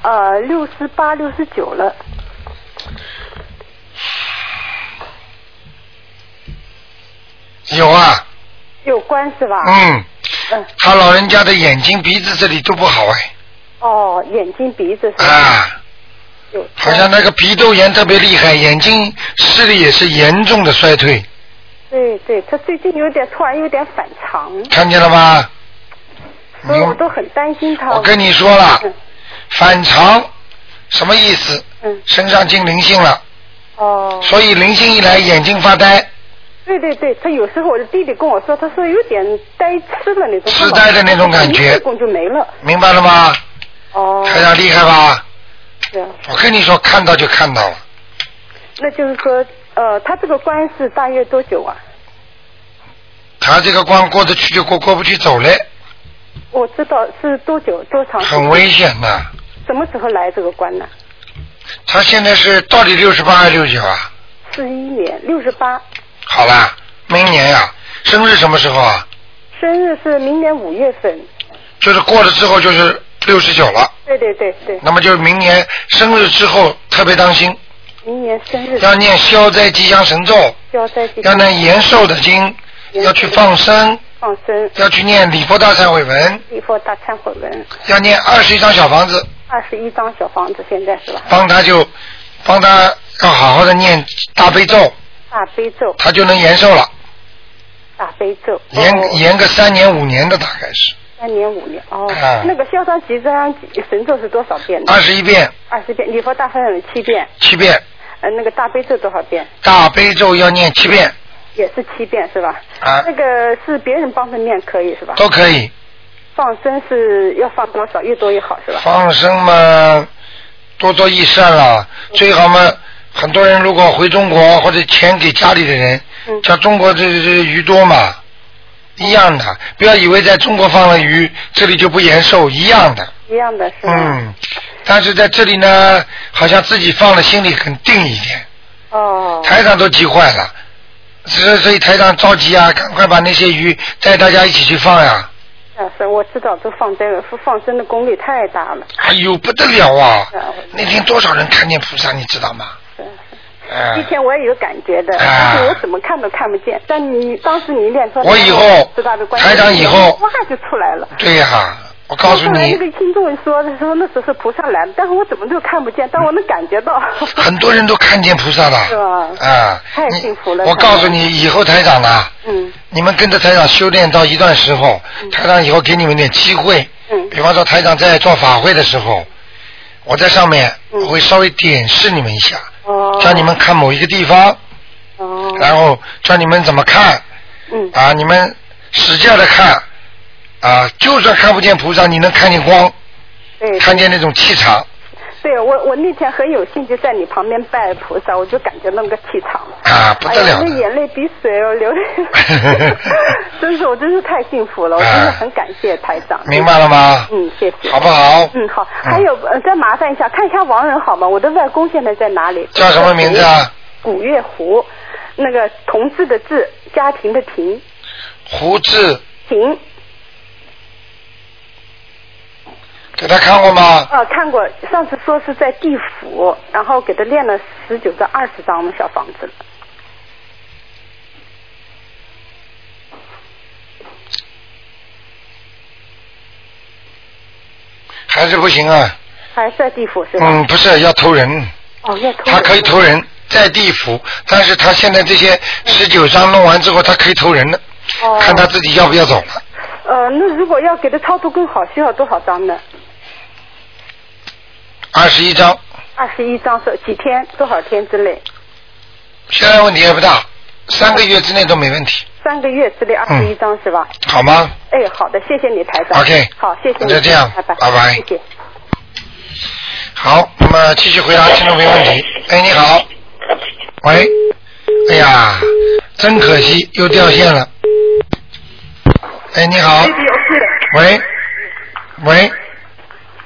S8: 呃，六十八、六十九了。
S1: 有啊，
S8: 有关是吧？
S1: 嗯，
S8: 嗯。
S1: 他老人家的眼睛、鼻子这里都不好哎，
S8: 哦，眼睛、鼻子是吧？
S1: 啊，
S8: 有。
S1: 好像那个鼻窦炎特别厉害，眼睛视力也是严重的衰退，
S8: 对对，他最近有点突然有点反常，
S1: 看见了吗？
S8: 所嗯以我
S1: 你
S8: 都很担心他。
S1: 我跟你说了
S8: 嗯，
S1: 反常什么意思？
S8: 嗯，
S1: 身上进灵性了，
S8: 哦
S1: 所以灵性一来眼睛发呆，
S6: 对对对，他有时候我的弟弟跟我说，他说有点呆痴的那种，
S1: 痴呆的那种感觉
S6: 一拱就没了。
S1: 明白了吗？
S6: 哦，
S1: 台长厉害吧？
S6: 是啊，
S1: 我跟你说，看到就看到了。
S6: 那就是说，呃，他这个关是大约多久啊？
S1: 他这个关过得去就过，过不去走嘞，
S6: 我知道是多久多长时间？
S1: 很危险的。
S6: 什么时候来这个关呢？
S1: 他现在是到底六十八还是六九啊？
S6: 四一年六十八，
S1: 好啦，明年呀、生日什么时候啊？
S6: 生日是明年五月份。
S1: 就是过了之后就是六十九了，
S6: 对对对对，
S1: 那么就是明年生日之后特别当心，
S6: 明年生日
S1: 要念消灾吉祥神咒，
S6: 就要在这
S1: 要念延寿的经，要去放生，
S6: 放生，
S1: 要去念礼佛大忏悔文，
S6: 地佛大忏悔文，
S1: 要念二十一张小房子，
S6: 二十一张小房子，现在是吧？
S1: 帮他就帮他要好好的念大悲咒，
S6: 大悲咒，
S1: 他就能延寿了，
S6: 大悲咒，
S1: 延
S6: 哦
S1: 延个三年五年的大概是
S6: 三年五年哦
S1: 啊。
S6: 那个消灾吉祥神咒是多少遍呢？
S1: 二十一遍
S6: 二十遍，礼佛大忏悔文七遍，
S1: 七遍，
S6: 呃，那个大悲咒多少遍？
S1: 大悲咒要念七遍
S6: 也是七遍是吧？
S1: 啊
S6: 那个是别人帮着念可以是吧？
S1: 都可以，
S6: 放生是要放多少，越多越好是吧？
S1: 放生嘛，多多益善啦。最好嘛，很多人如果回中国或者钱给家里的人，
S6: 嗯
S1: 像中国这这鱼多嘛，一样的。不要以为在中国放了鱼，这里就不延寿，一样的。
S6: 一样的是吧？啊
S1: 嗯，但是在这里呢，好像自己放的心里很定一点，
S6: 哦，
S1: 台上都急坏了，所以所以台上着急啊，赶快把那些鱼带大家一起去放呀、
S6: 啊是，我知道这放这个放生的功力太大了。
S1: 哎呦，不得了啊
S6: 是啊！
S1: 那天多少人看见菩萨，你知道吗？
S6: 是是
S1: 哎
S6: 之前我也有感觉的，
S1: 啊
S6: 但是我怎么看都看不见。但你当时你念出来，
S1: 我以后
S6: 知道的观
S1: 台长以后
S6: 哇就出来了。
S1: 对呀、我告诉
S6: 后来
S1: 你
S6: 那，个听众说，他说那时候是菩萨来的，但是我怎么都看不见，但我能感觉到。
S1: 很多人都看见菩萨了。
S6: 是吧
S1: 啊，
S6: 太
S1: 你
S6: 幸福了
S1: 我
S6: 台长
S1: 告诉你，以后台长呢，
S6: 嗯
S1: 你们跟着台长修炼到一段时候，台长以后给你们点机会。
S6: 嗯
S1: 比方说，台长在做法会的时候，我在上面
S6: 嗯
S1: 我会稍微点示你们一下，
S6: 哦
S1: 叫你们看某一个地方，
S6: 哦
S1: 然后教你们怎么看
S6: 嗯
S1: 啊，你们使劲的看啊，就算看不见菩萨，你能看见光，
S6: 对
S1: 看见那种气场。
S6: 对，我我那天很有幸就在你旁边拜菩萨，我就感觉那么个气场。
S1: 啊不得了
S6: 哎呀
S1: 的
S6: 那眼泪鼻水我流， 真是我真是太幸福了，我真的很感谢台长。
S1: 哎明白了吗？
S6: 嗯，谢谢。
S1: 好不好？
S6: 嗯，好。还有，呃再麻烦一下，看一下亡人好吗？我的外公现在在哪里？
S1: 叫什么名字啊？
S6: 古月湖，那个同志的志，家庭的庭，
S1: 胡志，
S6: 庭。
S1: 给他看过吗？
S6: 呃，看过，上次说是在地府，然后给他练了十九到二十张的小房子了。
S1: 还是不行啊。
S6: 还是在地府是吧？
S1: 嗯，不是要投人，
S6: 哦，要投人
S1: 他可以投人，在地府，但是他现在这些十九章弄完之后，他可以投人了，
S6: 哦
S1: 看他自己要不要走了。
S6: 呃，那如果要给他超度更好，需要多少张呢？
S1: 二十一章，
S6: 二十一张是几天？多少天之内？
S1: 现在问题也不大，三个月之内都没问题，
S6: 三个月之内二十一张是吧？
S1: 好吗？
S6: 哎，好的，谢谢你台长。
S1: 嗯啊 OK
S6: 好，谢谢你。
S1: 那就这样
S6: 拜拜，
S1: 拜拜
S6: 谢谢。
S1: 好，那么继续回答听众朋友问题。哎，你好，喂，哎呀，真可惜，又掉线了。哎，你好，喂，喂，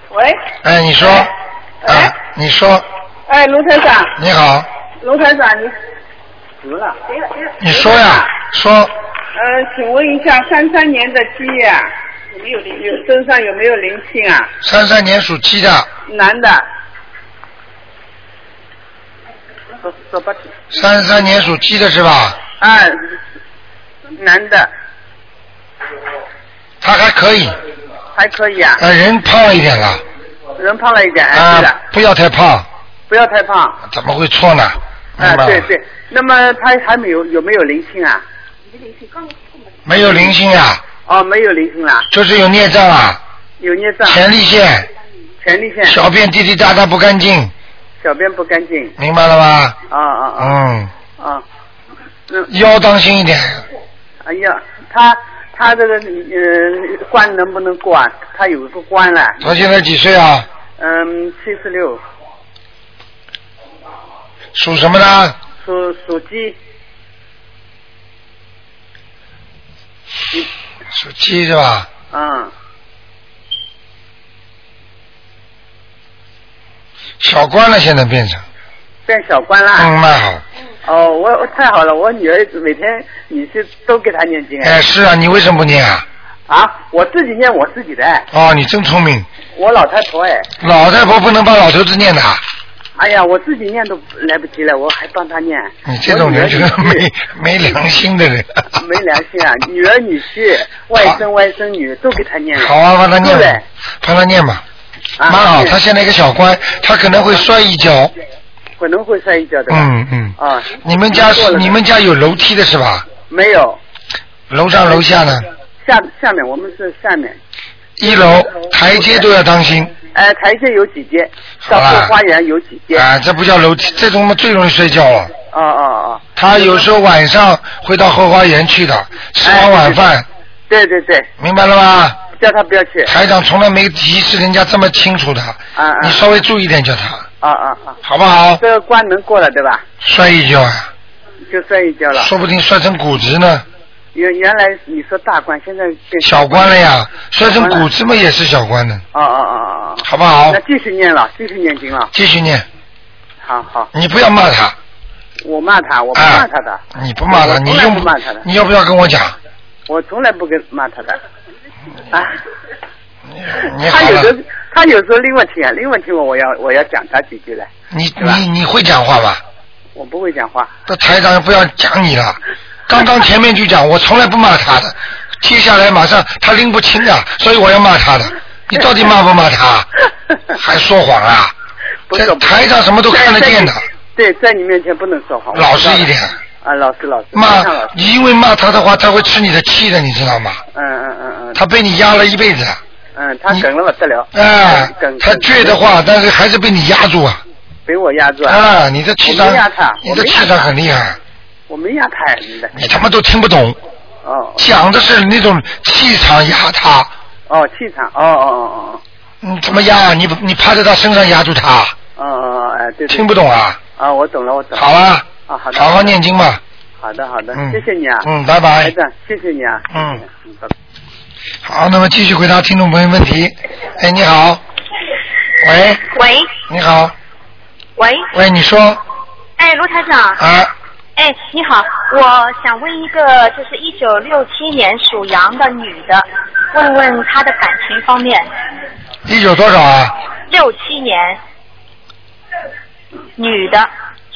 S9: 喂，
S1: 哎，你说，啊，你说，
S9: 哎，卢台长，
S1: 你好，
S9: 卢台长，你，
S1: 你说呀，说，
S9: 呃，请问一下，三三年的鸡呀、有没有灵？有身上有没有灵性啊？
S1: 三三年属鸡的，
S9: 男的。
S1: 三三年属鸡的是吧？
S9: 哎，男的
S1: 他还可以，
S9: 还可以啊，
S1: 呃，人胖了一点了，
S9: 人胖了一点，哎，
S1: 啊
S9: 是的，，
S1: 不要太胖，
S9: 不要太胖。
S1: 怎么会错呢？
S9: 哎
S1: 明，白
S9: 对
S1: 吗？
S9: 对，那么他还没有有没有灵性啊？
S1: 没有灵性啊，
S9: 哦，没有灵性啦，
S1: 就是有孽障啊。
S9: 有孽障，
S1: 前列腺、
S9: 前列腺，
S1: 小便滴滴答答不干净，
S9: 小便不干净。
S1: 明白了吗？
S9: 啊啊啊
S1: 嗯，
S9: 啊！
S1: 腰当心一点，
S9: 哎呀，他他这个呃关能不能关？他有一个关了，
S1: 他现在几岁啊？
S9: 嗯，七十六，
S1: 属什么呢？
S9: 属属鸡，
S1: 属鸡是吧？
S9: 嗯，
S1: 小官了，现在变成，
S9: 变小关了。
S1: 嗯，那好。
S9: 哦，我我太好了，我女儿每天女婿都给她念经
S1: 哎，是啊，你为什么不念啊？
S9: 啊，我自己念我自己的，
S1: 哦，你真聪明，
S9: 我老太婆哎，
S1: 老太婆不能帮老头子念的，啊
S9: 哎呀，我自己念都来不及了，我还帮她念。
S1: 你哎这种人就是
S9: 哦我女儿女
S1: 没没良心的人。
S9: 婿没良心啊！女儿、女婿、外甥、外甥女都给她念了。
S1: 好啊，帮他念
S9: 对
S1: 吧，帮他念吧，
S9: 啊
S1: 蛮好。
S9: 是
S1: 他现在一个小官，他可能会摔一跤。
S9: 可能会摔一跤的吧。
S1: 嗯嗯。
S9: 啊，
S1: 你们家
S9: 做了
S1: 你们家有楼梯的是吧？
S9: 没有，
S1: 楼上楼下呢？
S9: 下下面我们是下面，
S1: 一楼台阶都要当心
S9: 哎，台阶有几阶，
S1: 好
S9: 到
S1: 啦
S9: 后花园有几阶。
S1: 啊！这不叫楼梯，这种嘛最容易摔跤了。
S9: 哦哦哦，
S1: 他有时候晚上会到后花园去的，吃完晚饭，
S9: 哎对对对，
S1: 明白了吗？
S9: 叫他不要去。
S1: 台长从来没提示人家这么清楚的，
S9: 啊啊
S1: 你稍微注意点叫他，
S9: 啊啊啊！
S1: 好不好？
S9: 这个关能过了对吧？
S1: 摔一跤啊，
S9: 就摔一跤了。
S1: 说不定摔成骨折呢，
S9: 原原来你说大关，现在变
S1: 小关了。呀，摔成骨折嘛也是小关的，
S9: 哦哦哦哦
S1: 好不好
S9: 哦，那？继续念了，继续念经了。
S1: 继续念，
S9: 好好，
S1: 你不要骂他，
S9: 我骂他，我不骂他的，
S1: 你不骂他，
S9: 我
S1: 你
S9: 从来
S1: 用
S9: 不骂他的
S1: 你要不要跟我讲？
S9: 我从来不跟骂他的。啊，
S1: 你
S9: 他
S1: 好
S9: 有
S1: 了
S9: 时，候他有时候拎问题啊，拎问题我我要我要讲他几句来，
S1: 你
S9: 吧
S1: 你你会讲话吧？
S9: 我不会讲话。
S1: 这台长不要讲你了，刚刚前面就讲，我从来不骂他的，接下来马上他拎不清啊，所以我要骂他的。你到底骂不骂他？还说谎啊？
S9: 不
S1: 这
S9: 是
S1: 台上什么都看得见的
S9: 在在你对，在你面前不能说谎，
S1: 老实一点
S9: 我知道了。啊，老实老实，
S1: 骂
S9: 非常老实。
S1: 你因为骂他的话，他会吃你的气的，你知道吗？
S9: 嗯嗯嗯嗯
S1: 他被你压了一辈子，
S9: 嗯，他梗了不得了，
S1: 啊
S9: 梗，
S1: 他倔的话，但是还是被你压住啊，
S9: 被我压住啊，
S1: 啊，你的气场
S9: 我没压他，
S1: 你的
S9: 我没压
S1: 气场很厉害，
S9: 我没压他呀，你的
S1: 你他妈都听不懂，
S9: 哦
S1: 讲的是那种气场压他，
S9: 哦气场，哦哦哦
S1: 你怎么压？啊你你趴在他身上压住他，
S9: 哦哦哦哎，对对
S1: 听不懂啊？
S9: 啊，我懂了我懂了，
S1: 好啊，
S9: 啊好的
S1: 好好念经吧。
S9: 好的好的
S1: 嗯，
S9: 谢谢你啊，
S1: 嗯，拜拜
S9: 台。长，谢谢你啊，
S1: 嗯
S9: 谢谢嗯，拜拜。
S1: 好，那么继续回答听众朋友问题。哎，你好。喂，
S10: 喂
S1: 你好。
S10: 喂，
S1: 喂，你说
S10: 哎，卢台长，
S1: 啊？
S10: 哎，你好，我想问一个，就是一九六七年属羊的女的，问问她的感情方面。
S1: 一九多少啊？
S10: 六七年，女的，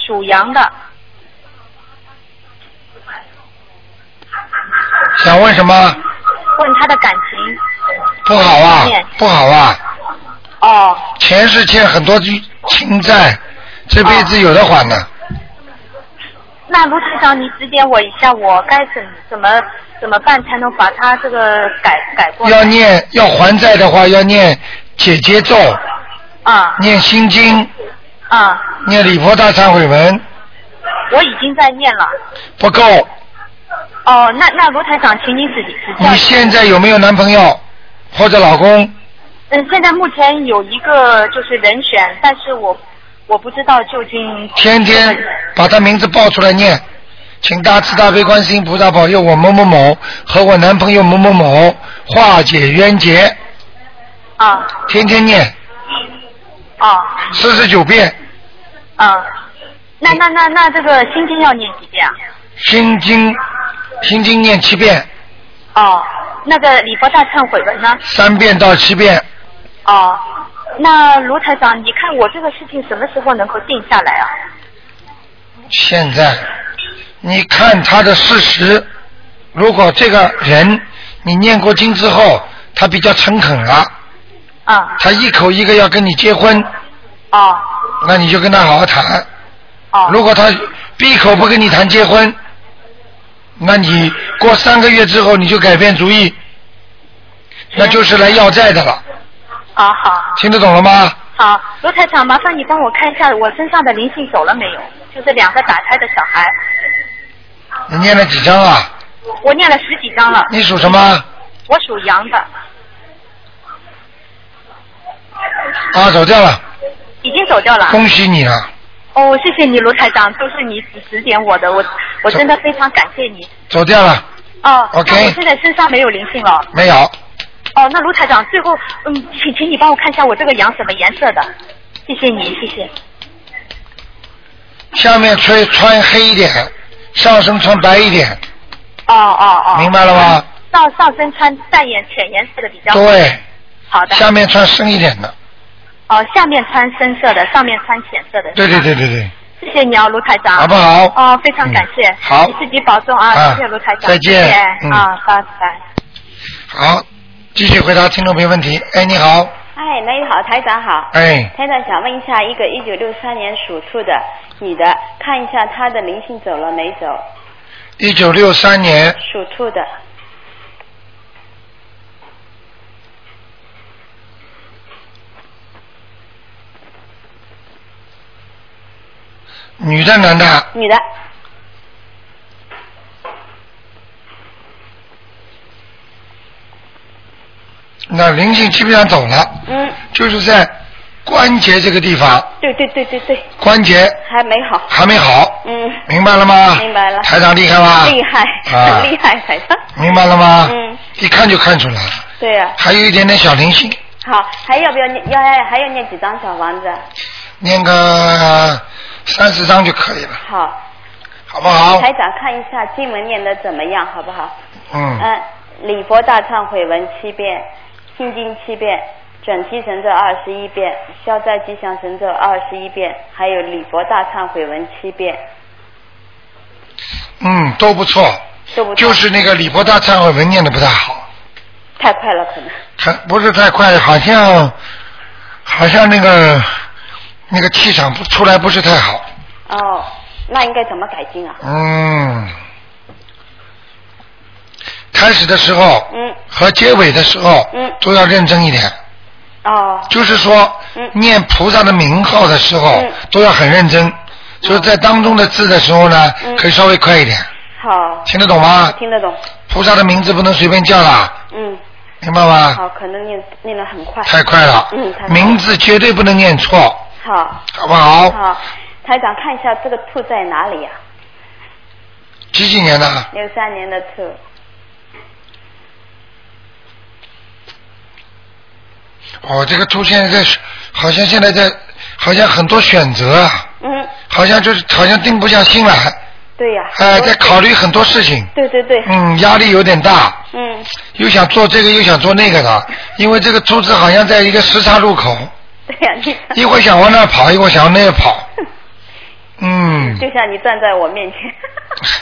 S10: 属羊的，
S1: 想问什么？
S10: 问她的感情。
S1: 不好啊，不好啊，
S10: 哦，
S1: 前世欠很多情债，这辈子有的还呢。
S10: 那卢台长，你指点我一下，我该怎怎么怎么办才能把她这个改改过来？
S1: 要念要还债的话，要念解结咒，
S10: 啊
S1: 念心经，
S10: 啊，
S1: 念礼佛大忏悔文，
S10: 我已经在念了。
S1: 不够。
S10: 哦，那那卢台长，请你指指教一下。
S1: 你现在有没有男朋友或者老公？
S10: 嗯，现在目前有一个就是人选，但是我我不知道究竟
S1: 天天把他名字报出来念，请大慈大悲观世音菩萨保佑我某某某和我男朋友某某某化解冤结，
S10: 啊
S1: 天天念
S10: 啊
S1: 四十九遍
S10: 啊，那那那那这个心经要念几遍啊？
S1: 心经，心经念七遍，
S10: 哦，那个礼佛大忏悔文呢？
S1: 三遍到七遍，
S10: 哦，那卢台长，你看我这个事情什么时候能够定下来啊？
S1: 现在，你看他的事实，如果这个人你念过经之后，他比较诚恳了，
S10: 啊
S1: 他一口一个要跟你结婚，
S10: 哦
S1: 那你就跟他好好谈。如
S10: 哦
S1: 果他闭口不跟你谈结婚，那你过三个月之后你就改变主意，那就是来要债的了。
S10: 哦好
S1: 听得懂了吗？
S10: 好，卢台长，麻烦你帮我看一下我身上的灵性走了没有？就是两个打胎的小孩。
S1: 你念了几张啊？
S10: 我念了十几张了。
S1: 你属什么？
S10: 我属羊的，
S1: 啊，走掉了，
S10: 已经走掉了。
S1: 恭喜你了，
S10: 哦，谢谢你，卢台长，都是你指指点我的，我我真的非常感谢你。
S1: 走掉了，
S10: 哦
S1: OK
S10: 那我现在身上没有灵性了。
S1: 没有，
S10: 哦，那卢台长，最后，嗯，请请你帮我看一下我这个羊什么颜色的，谢谢你，谢谢。
S1: 下面穿穿黑一点，上身穿白一点，
S10: 哦哦哦。
S1: 明白了吗？
S10: 上上身穿淡颜浅颜色的比较好。
S1: 对，
S10: 好的。
S1: 下面穿深一点的，
S10: 哦，下面穿深色的，上面穿浅色的。
S1: 对对对对对，
S10: 谢谢你啊，卢台长。
S1: 好不好嗯
S10: 哦，非常感谢。
S1: 好
S10: 你自己保重啊，
S1: 啊
S10: 谢谢卢台长。
S1: 再见
S10: 谢谢
S1: 嗯
S10: 啊，拜拜。
S1: 好，继续回答听众朋友问题。哎，你好，
S11: 哎，梅宇好，台长好。
S1: 哎
S11: 台长想问一下，一个一九六三年属兔的女的，看一下她的灵性走了没走？
S1: 一九六三年
S11: 属兔的，
S1: 女的男的，
S11: 女的，
S1: 那灵性基本上走了，
S11: 嗯，
S1: 就是在关节这个地方，
S11: 对对对对对，
S1: 关节
S11: 还没好，
S1: 还没好，
S11: 嗯，
S1: 明白了吗
S11: 明白了，
S1: 台长厉害吧
S11: 厉害，
S1: 啊
S11: 很厉害，台长，
S1: 明白了吗？
S11: 嗯，
S1: 一看就看出来了，
S11: 对呀、
S1: 还有一点点小灵性，
S11: 好，还要不要念？要还要念几张小房子？
S1: 念个三十张就可以了，
S11: 好，
S1: 好不好？
S11: 台长看一下经文念的怎么样，好不好？
S1: 嗯，
S11: 嗯，礼佛大忏悔文七遍，心经七遍，准提神咒二十一遍，消灾吉祥神咒二十一遍，还有礼佛大忏悔文七遍，
S1: 嗯，都不错，
S11: 都不错
S1: 就是那个李博大忏悔文念的不太好。
S11: 太快了，可能
S1: 太不是太快，好像好像那个那个气场不出来不是太好。
S11: 哦，那应该怎么改进啊？
S1: 嗯，开始的时候
S11: 嗯，
S1: 和结尾的时候
S11: 嗯
S1: 都要认真一点，
S3: 啊
S11: 哦，
S1: 就是说
S11: 嗯
S1: 念菩萨的名号的时候
S11: 嗯
S1: 都要很认真，所以在当中的字的时候呢
S11: 嗯，
S1: 可以稍微快一点。
S11: 好，
S1: 听得懂吗
S11: 我听得懂，
S1: 菩萨的名字不能随便叫啦，
S11: 嗯，
S1: 明白吗？
S11: 好，可能念念得很快，
S1: 太快了
S11: 嗯，太快，了
S1: 名字绝对不能念错，
S11: 好，
S1: 好不好？
S11: 好，台长看一下这个兔在哪里呀、啊
S1: 几几年的？
S11: 六三年的兔，
S1: 哦，这个兔现在在，好像现在在，好像很多选择啊，
S11: 嗯，
S1: 好像就是好像定不下心来，
S11: 对呀、
S1: 哎、在考虑很多事情，
S11: 对对对，
S1: 嗯，压力有点大，
S11: 嗯，
S1: 又想做这个又想做那个的，因为这个兔子好像在一个十岔路 口，
S11: 对呀、你
S1: 一会儿想往那儿跑，一会儿想往那儿跑，嗯，
S11: 就像你站在我 面前，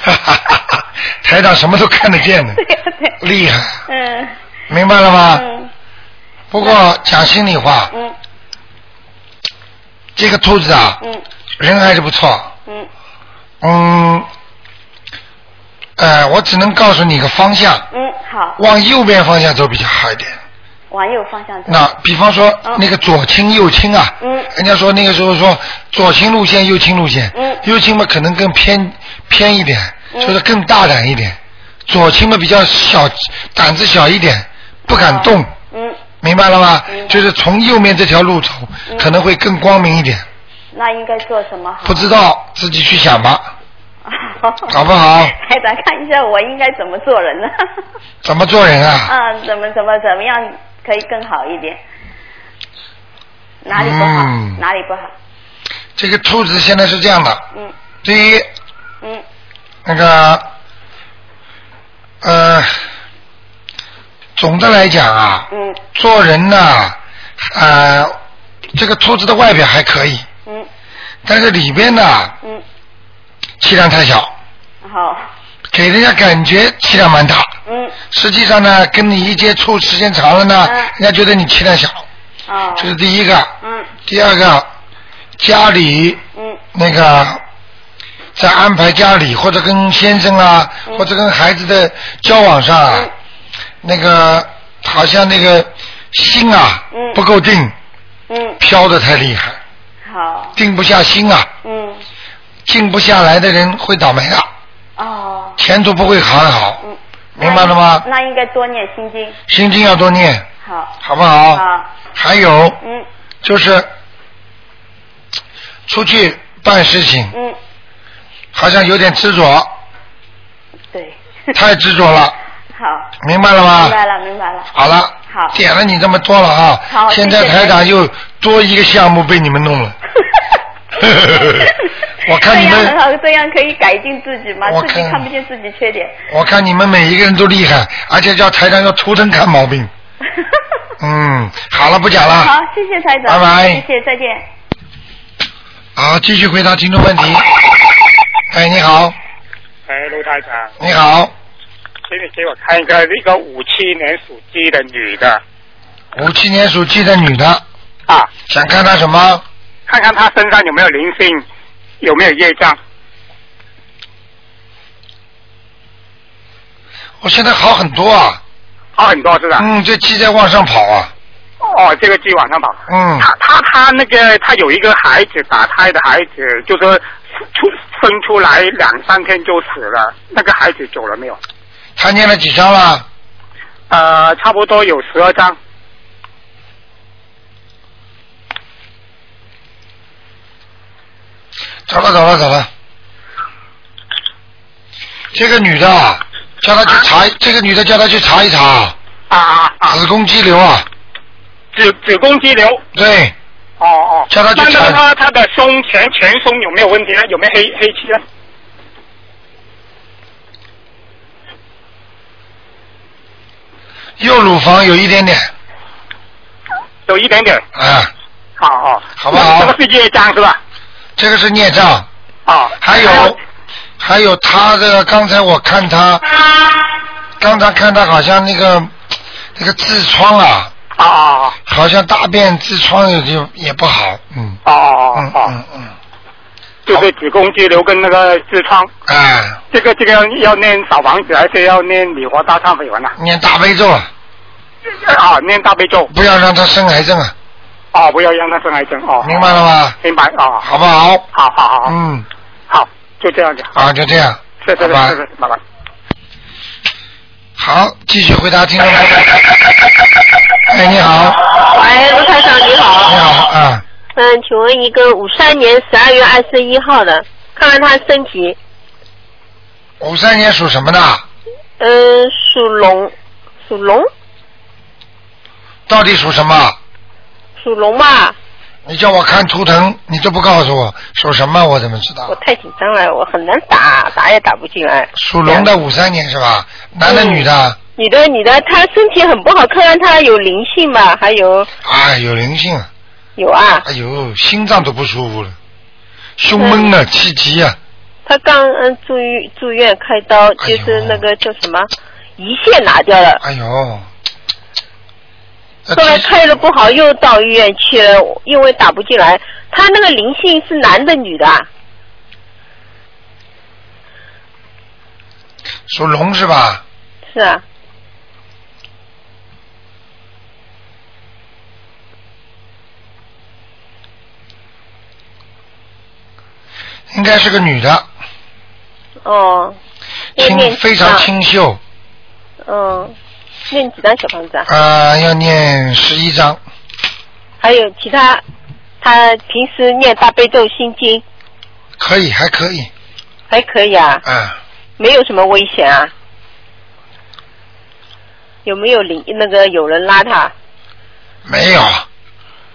S1: 哈哈哈哈台长什么都看得见的，
S11: 对呀、对呀，
S1: 厉害，
S11: 嗯，
S1: 明白了吗？
S11: 嗯
S1: 不过讲心里话，
S11: 嗯
S1: 这个兔子啊，
S11: 嗯
S1: 人还是不错，
S11: 嗯
S1: 嗯，呃，我只能告诉你一个方向，
S11: 嗯，好，
S1: 往右边方向走比较好一点。
S11: 往右方向走。
S1: 那比方说
S11: 嗯
S1: 那个左倾右倾啊，
S11: 嗯
S1: 人家说那个时候说左倾路线右倾路线，
S11: 嗯
S1: 右倾嘛可能更偏偏一点，
S11: 嗯
S1: 就是更大胆一点，左倾嘛比较小胆子小一点，不敢动，
S11: 嗯，
S1: 明白了吗
S11: 明白？
S1: 就是从右面这条路走、
S11: 嗯
S1: 可能会更光明一点，
S11: 那应该做什么好？
S1: 不知道自己去想吧，
S11: 好
S1: 好不好？
S11: 台长，哎看一下我应该怎么做人呢？
S1: 怎么做 人
S11: 啊，怎么怎么怎么样可以更好一点？哪里不好？
S1: 嗯
S11: 哪里不好？
S1: 这个兔子现在是这样的，
S11: 嗯
S1: 第一，
S11: 嗯
S1: 那个，呃，总的来讲啊，
S11: 嗯
S1: 做人呢、呃，这个兔子的外表还可以，
S11: 嗯
S1: 但是里边呢
S11: 嗯，
S1: 气量太小，
S11: 好，
S1: 给人家感觉气量蛮大。
S11: 嗯
S1: 实际上呢，跟你一接触时间长了呢，
S11: 嗯
S1: 人家觉得你气量小，
S11: 哦，
S1: 这是第一个。
S11: 嗯
S1: 第二个，家里
S11: 嗯
S1: 那个在安排家里或者跟先生啊，
S11: 嗯
S1: 或者跟孩子的交往上啊，
S11: 嗯
S1: 那个好像那个心啊、
S11: 嗯
S1: 不够定，
S11: 嗯，
S1: 飘的太厉害，
S11: 好，
S1: 定不下心啊，
S11: 嗯
S1: 静不下来的人会倒霉的。
S11: 哦，
S1: 前途不会很好，
S11: 嗯，
S1: 明白了吗？
S11: 那应该多念心经。
S1: 心经要多念，
S11: 好。
S1: 好不好
S11: 好。
S1: 还有
S11: 嗯
S1: 就是出去办事情
S11: 嗯，
S1: 好像有点执着，
S11: 对。
S1: 太执着了，
S11: 好。
S1: 明白了吗
S11: 明白了，明白了。
S1: 好了，
S11: 好。
S1: 点了你这么多了啊
S11: 好！
S1: 现在
S11: 谢谢
S1: 台长又多一个项目被你们 弄了，我看你
S11: 这样很
S1: 们，
S11: 好，这样可以改进自己嘛，
S1: 我
S11: 自己
S1: 看
S11: 看不见自己缺点。
S1: 我看你们每一个人都厉害，而且叫台长要图腾看毛 病。嗯，好了，不讲了。
S11: 好，谢谢台长，
S1: 拜拜
S11: 谢谢，再见。
S1: 好，继续回答听众问题。哎，你好，
S12: 哎，卢台长，
S1: 你好，
S12: 请你给我看一个那个五七年属鸡的女的
S1: 五七年属鸡的女的，
S12: 啊，
S1: 想看她什么？
S12: 看看她身上有没有灵性，有没有业障。
S1: 我现在好很多啊。
S12: 好很多是吧？
S1: 嗯，这鸡在往上跑啊。
S12: 哦，这个鸡往上跑。
S1: 嗯，
S12: 她她那个她有一个孩子，打胎的孩子，就说出生出来两三天就死了。那个孩子走了没有？
S1: 她念了几张了？
S12: 呃，差不多有十二张。
S1: 走了，走了，走了。这个女的啊，叫她去查，这个女的叫她去查一查。
S12: 啊
S1: 啊！子宫肌瘤啊，
S12: 子子宫肌瘤。
S1: 对。
S12: 哦哦。
S1: 叫她去
S12: 那
S1: 查
S12: 那她她的胸前前胸有没有问题呢？有没有黑黑气呢？
S1: 右乳房有一点点
S12: 有一点点。
S1: 啊，
S12: 好好，
S1: 好不好
S12: 这哦个是业障是吧？
S1: 这个是孽障。
S12: 啊。
S1: 还有，还有她的，刚才我看她，刚才看她好像那个那个痔疮啊，
S12: 啊啊啊！
S1: 好像大便痔疮也就也不好，嗯。
S12: 哦哦哦
S1: 嗯嗯，
S12: 就是子宫肌瘤跟那个痔疮。
S1: 哎，
S12: 这个这个要要念小房子，还是要念礼佛大忏悔文呐？
S1: 念大悲咒，啊，
S12: 啊，念大悲咒。
S1: 不要让她生癌症啊，
S12: 啊，不要让他生癌症哦。
S1: 明白了吗？
S12: 明白啊，
S1: 好不好？
S12: 好好好，
S1: 嗯，
S12: 好，就这样子。
S1: 啊，就这样。
S12: 是是
S1: 拜拜
S12: 是是，拜拜。
S1: 好，继续回答听 众朋友。哎，你好，
S13: 喂，哎卢台长你好。你
S1: 好啊。
S13: 嗯，请问一个五三年十二月二十一号的，看看他身体，
S1: 五三年属什么的？
S13: 嗯，属龙，属龙，
S1: 到底属什么？
S13: 属龙吧。
S1: 你叫我看图腾，你都不告诉我属什么，我怎么知道？
S13: 我太紧张了，我很难打，打也打不进来。
S1: 属龙的五三年是吧？男的
S13: 嗯
S1: 女的？
S13: 你的你的，他身体很不好，看看他有灵性吧，还有
S1: 哎，有灵性。
S13: 有啊。
S1: 哎呦，心脏都不舒服了，胸闷啊，气急啊，
S13: 他刚嗯住院住院开刀，就是那个叫什么胰腺拿掉了，
S1: 哎呦，呃
S13: 后来开了不好又到医院去了，因为打不进来。他那个灵性是男的女的啊？
S1: 属龙是吧？
S13: 是啊，
S1: 应该是个女的，
S13: 哦，要念
S1: 清
S13: 几
S1: 非常
S13: 张
S1: 清秀，
S13: 嗯，念几张小房子啊？
S1: 啊，要念十一章，
S13: 还有其他，他平时念大悲咒、心经
S1: 可以，还可以，
S13: 还可以啊，
S1: 啊，
S13: 没有什么危险啊。有没有灵那个有人拉他？
S1: 没有，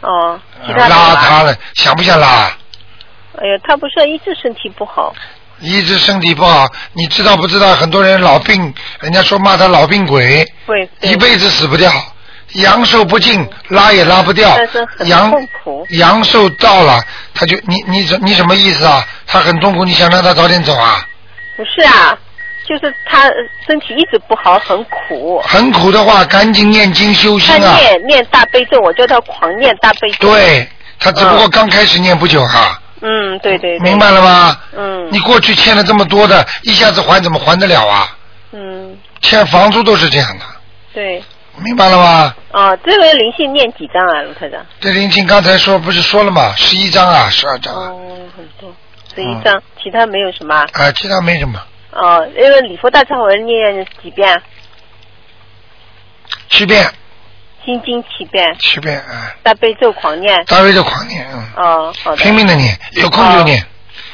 S13: 哦，其他没有
S1: 拉
S13: 啊。
S1: 他了，想不想拉？
S13: 哎呀，他不是一直身体不好，
S1: 一直身体不好，你知道不知道？很多人老病，人家说骂他老病鬼，
S13: 对，
S1: 一辈子死不掉，阳寿不尽，拉也拉不掉
S13: 但是，很
S1: 阳
S13: 痛苦。
S1: 阳寿到了，他就你你什你什么意思啊？他很痛苦，你想让他早点走啊？
S13: 不是啊，就是他身体一直不好，很苦。
S1: 很苦的话，赶紧念经修心
S13: 他
S1: 啊！
S13: 念念大悲咒，我叫他狂念大悲咒。
S1: 对，他只不过刚开始念不久啊，
S13: 嗯，对对对。
S1: 明白了吗？
S13: 嗯
S1: 你过去欠了这么多的，一下子还怎么还得了啊？
S13: 嗯，
S1: 欠房租都是这样的，
S13: 对。
S1: 明白了吗？
S13: 哦，这个灵性念几张啊，卢台长？
S1: 这林静刚才说不是说了吗？十一张啊，十二张啊，
S13: 哦，很多，十一张，其他没有什么啊。
S1: 啊，其他没什么。
S13: 啊、哦，因为礼佛大忏悔文念几遍？
S1: 七遍，
S13: 心经七遍，
S1: 七遍啊，
S13: 大悲咒狂念。
S1: 大悲咒狂念，嗯，
S13: 哦，好的。
S1: 拼命的念，有空就念。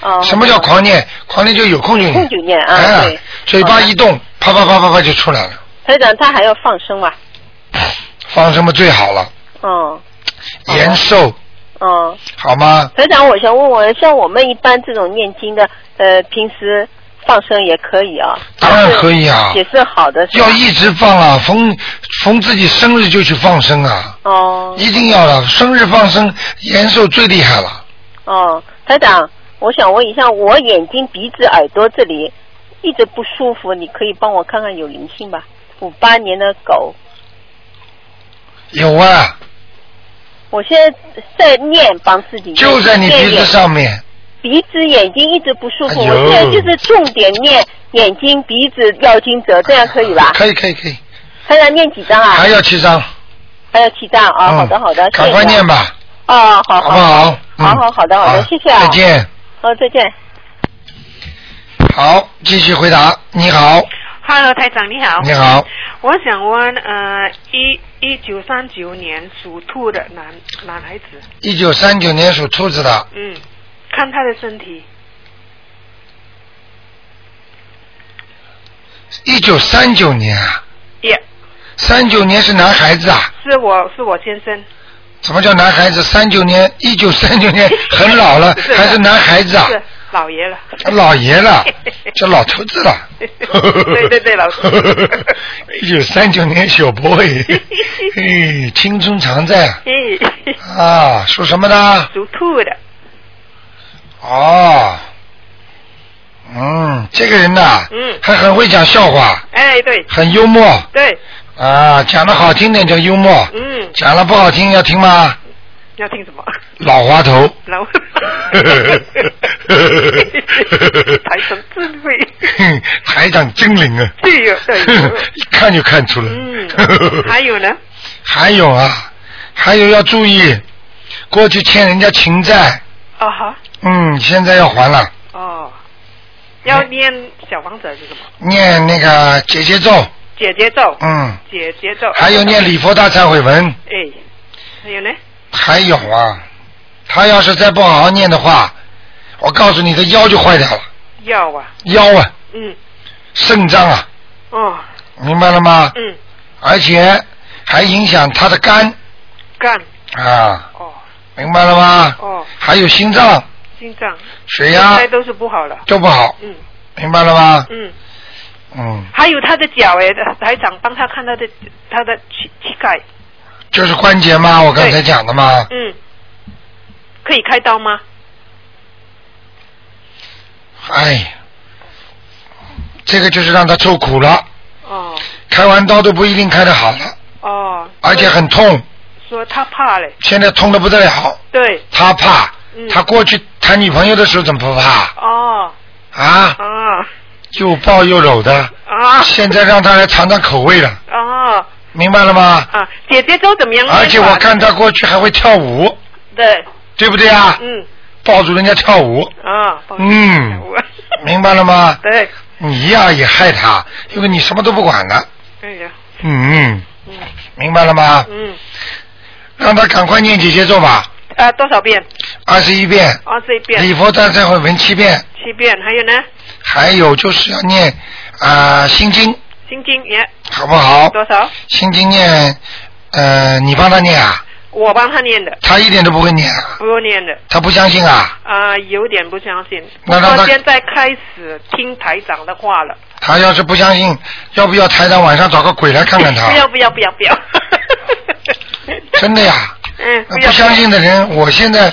S13: 哦。
S1: 什么叫狂念？狂念就有空就
S13: 空
S1: 念，
S13: 就念啊，
S1: 哎
S13: 对
S1: 呀。，嘴巴一动，啪啪啪啪啪就出来了，
S13: 台长他还要放生吧？
S1: 放什么最好了？
S13: 哦，
S1: 延寿
S13: 哦。
S1: 好吗？
S13: 台长，我想问问，像我们一般这种念经的，呃，平时放生也可以啊？
S1: 当然可以啊
S13: 也是好的，是吧
S1: 要一直放啊，逢逢自己生日就去放生啊，
S13: 哦
S1: 一定要的，生日放生延寿最厉害了。
S13: 哦，台长，我想问一下，我眼睛、鼻子、耳朵这里一直不舒服，你可以帮我看看有灵性吧？五八年的狗，
S1: 有啊，
S13: 我现在在念帮自己念，
S1: 就在你鼻子上面，
S13: 鼻子、眼睛一直不舒服，
S1: 哎呦
S13: 我现在就是重点念眼睛、鼻子、要经者，这样可以吧？
S1: 可以可以可以，
S13: 还要念几张啊？
S1: 还要七张，
S13: 还要七张啊！
S1: 嗯
S13: 好的好的，
S1: 赶快
S13: 谢谢啊
S1: 念。吧，
S13: 哦，好
S1: 好不好？嗯
S13: 好好好的好的，谢谢啊。
S1: 再见。
S13: 哦，再见。
S1: 好，继续回答。你好，
S14: Hello，台长你好。
S1: 你好。
S14: 我想问，呃，一一九三九年属兔的男男孩子，
S1: 一九三九年属兔子的，
S14: 嗯，看他的身体，
S1: 一九三九年啊，
S14: 也、
S1: 三九年是男孩子啊？
S14: 是我是我先生，
S1: 什么叫男孩子？三九年，一九三九 年很老了，
S14: 是
S1: 还是男孩子啊？
S14: 是老爷了。
S1: 老爷 了，叫老头子了。
S14: 对对对，老师。
S1: 一九三九年小 boy，哎，青春常在啊
S14: 哎，
S1: 啊，属什么的？
S14: 属兔的，
S1: 哦，嗯，这个人呐，
S14: 嗯，
S1: 还很会讲笑话，
S14: 哎，对，
S1: 很幽默
S14: 对，
S1: 啊，讲的好听点叫幽默，
S14: 嗯，
S1: 讲了不好听要听吗？
S14: 要听什么？
S1: 老滑头。
S14: 老， 台长智慧，
S1: 哼台长精灵啊，
S14: 对哟，对哟，
S1: 一看就看出来。
S14: 嗯，还有呢？
S1: 还有啊，还有要注意，过去欠人家情债，
S14: 哦好，
S1: 嗯，现在要还了，
S14: 哦，要念小王子还是什么？
S1: 念那个姐姐咒，
S14: 姐姐咒，
S1: 嗯，
S14: 姐姐咒，
S1: 还有念礼佛大忏悔文，
S14: 哎，还有呢？
S1: 还有啊，他要是再不好好念的话，我告诉你，的腰就坏掉了，
S14: 要啊，
S1: 腰啊，
S14: 嗯，
S1: 肾脏啊，
S14: 哦，
S1: 明白了吗？
S14: 嗯，
S1: 而且还影响他的肝
S14: 干，
S1: 啊，明白了吗？
S14: 哦，
S1: 还有心脏
S14: 心脏，
S1: 血压
S14: 现在都是不好了，
S1: 都不好，
S14: 嗯，
S1: 明白了吗？
S14: 嗯，
S1: 嗯，
S14: 还有他的脚哎，台长帮他看他的他的膝膝盖，
S1: 就是关节嘛，我刚才讲的嘛，
S14: 嗯，可以开刀吗？
S1: 哎，这个就是让他受苦了，
S14: 哦
S1: 开完刀都不一定开得好了，
S14: 哦，
S1: 而且很痛，
S14: 说他怕嘞，
S1: 现在痛得不得了。
S14: 对，
S1: 他怕，
S14: 嗯
S1: 他过去谈女朋友的时候怎么不怕
S14: 哦
S1: 啊？
S14: 啊
S1: 又抱又搂的，
S14: 啊
S1: 现在让他来尝尝口味了，
S14: 哦
S1: 明白了吗？
S14: 啊，姐姐都怎么样？
S1: 而且我看他过去还会跳舞，
S14: 对，
S1: 对不对啊？
S14: 嗯
S1: 抱住人家跳舞，
S14: 啊，抱歉
S1: 嗯，明白了吗？
S14: 对，
S1: 你呀也害他，因为你什么都不管了，
S14: 哎呀，
S1: 嗯，
S14: 嗯
S1: 明白了吗？
S14: 嗯
S1: 让他赶快念姐姐咒吧，
S14: 啊，多少遍？
S1: 二十一遍，
S14: 二十一遍。
S1: 礼佛大忏悔文七遍，
S14: 七遍，还有呢？
S1: 还有就是要念啊、呃心经，
S14: 心经也。
S1: 好不好？
S14: 多少？
S1: 心经念，呃，你帮他念啊，
S14: 我帮他念的。
S1: 他一点都不会念啊，
S14: 不用念的。
S1: 他不相信啊，
S14: 啊、有点不相信。
S1: 那让他
S14: 现在开始听台长的话了。
S1: 他要是不相信，要不要台长晚上找个鬼来看看他
S14: 不？要不要不 要不要。
S1: 真的呀，
S14: 嗯，
S1: 那
S14: 不要。
S1: 不相信的人，我现在，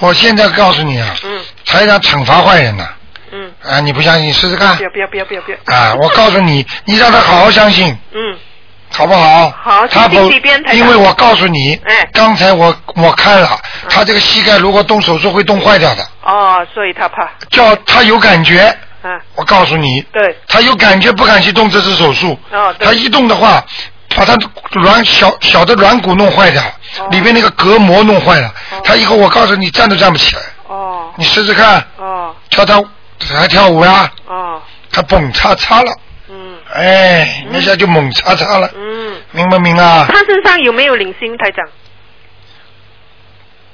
S1: 我现在告诉你啊，
S14: 嗯
S1: 台长惩罚坏人呢、
S14: 嗯。
S1: 啊，你不相信试试看
S14: 不要不要不要不要不要。
S1: 啊！我告诉你，你让他好好相信，
S14: 嗯，
S1: 好不好？
S14: 好
S1: 他
S14: 请
S1: 不
S14: 进这边台，长哎
S1: 因为我告诉你，刚才我我看了，他这个膝盖如果动手术会动坏掉的，
S14: 哦，所以他怕。
S1: 叫他有感觉，
S14: 嗯，
S1: 我告诉你，
S14: 对，
S1: 他有感觉不敢去动这次手术，
S14: 哦，对
S1: 他一动的话，把他软小小的软骨弄坏掉，
S14: 哦
S1: 里面那个隔膜弄坏了，他以后我告诉你站都站不起来。哦，你试试看，
S14: 哦
S1: 叫他还跳舞呀，啊
S14: 哦，
S1: 他蹦擦擦了。嗯。哎，那下就猛擦擦了，
S14: 嗯，
S1: 明不明啊？
S14: 他身上有没有灵性，台长？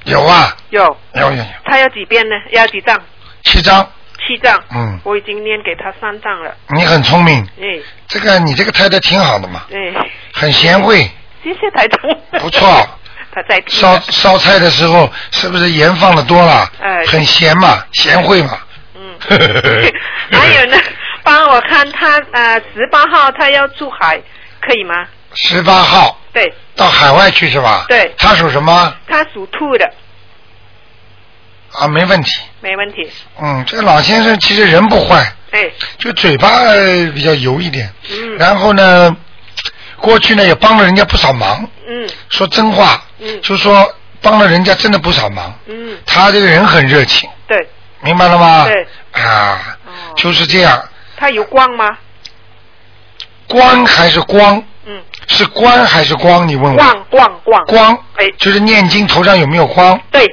S1: 有啊，
S14: 有，
S1: 有有有，
S14: 他要几遍呢？要几张？
S1: 七张。
S14: 七张。
S1: 嗯，
S14: 我已经念给他三张了。
S1: 你很聪明，
S14: 哎
S1: 这个你这个太太挺好的嘛，
S14: 哎，
S1: 很贤惠，
S14: 谢谢台长。
S1: 不错。
S14: 他在听
S1: 烧烧菜的时候是不是盐放的多了？
S14: 哎
S1: 很咸嘛，贤惠嘛。嗯。
S14: 还有呢，帮我看他呃十八号他要出海，可以吗？
S1: 十八号
S14: 对，
S1: 到海外去是吧？
S14: 对
S1: 他属什么
S14: 他属兔的，
S1: 啊？没问题。
S14: 没问题。
S1: 嗯，这个老先生其实人不坏，
S14: 哎，
S1: 就嘴巴呃比较油一点。嗯。然后呢，过去呢也帮了人家不少忙。
S14: 嗯。
S1: 说真话。嗯。就说帮了人家真的不少忙。
S14: 嗯。
S1: 他这个人很热情，
S14: 对，
S1: 明白了吗？
S14: 对。哦
S1: 啊，就是这样，
S14: 他有光吗？
S1: 光还是光？
S14: 嗯。
S1: 是光还是光？你问
S11: 嗯
S1: 我。
S14: 光光光。
S1: 光。就是念经头上有没有光？
S14: 对。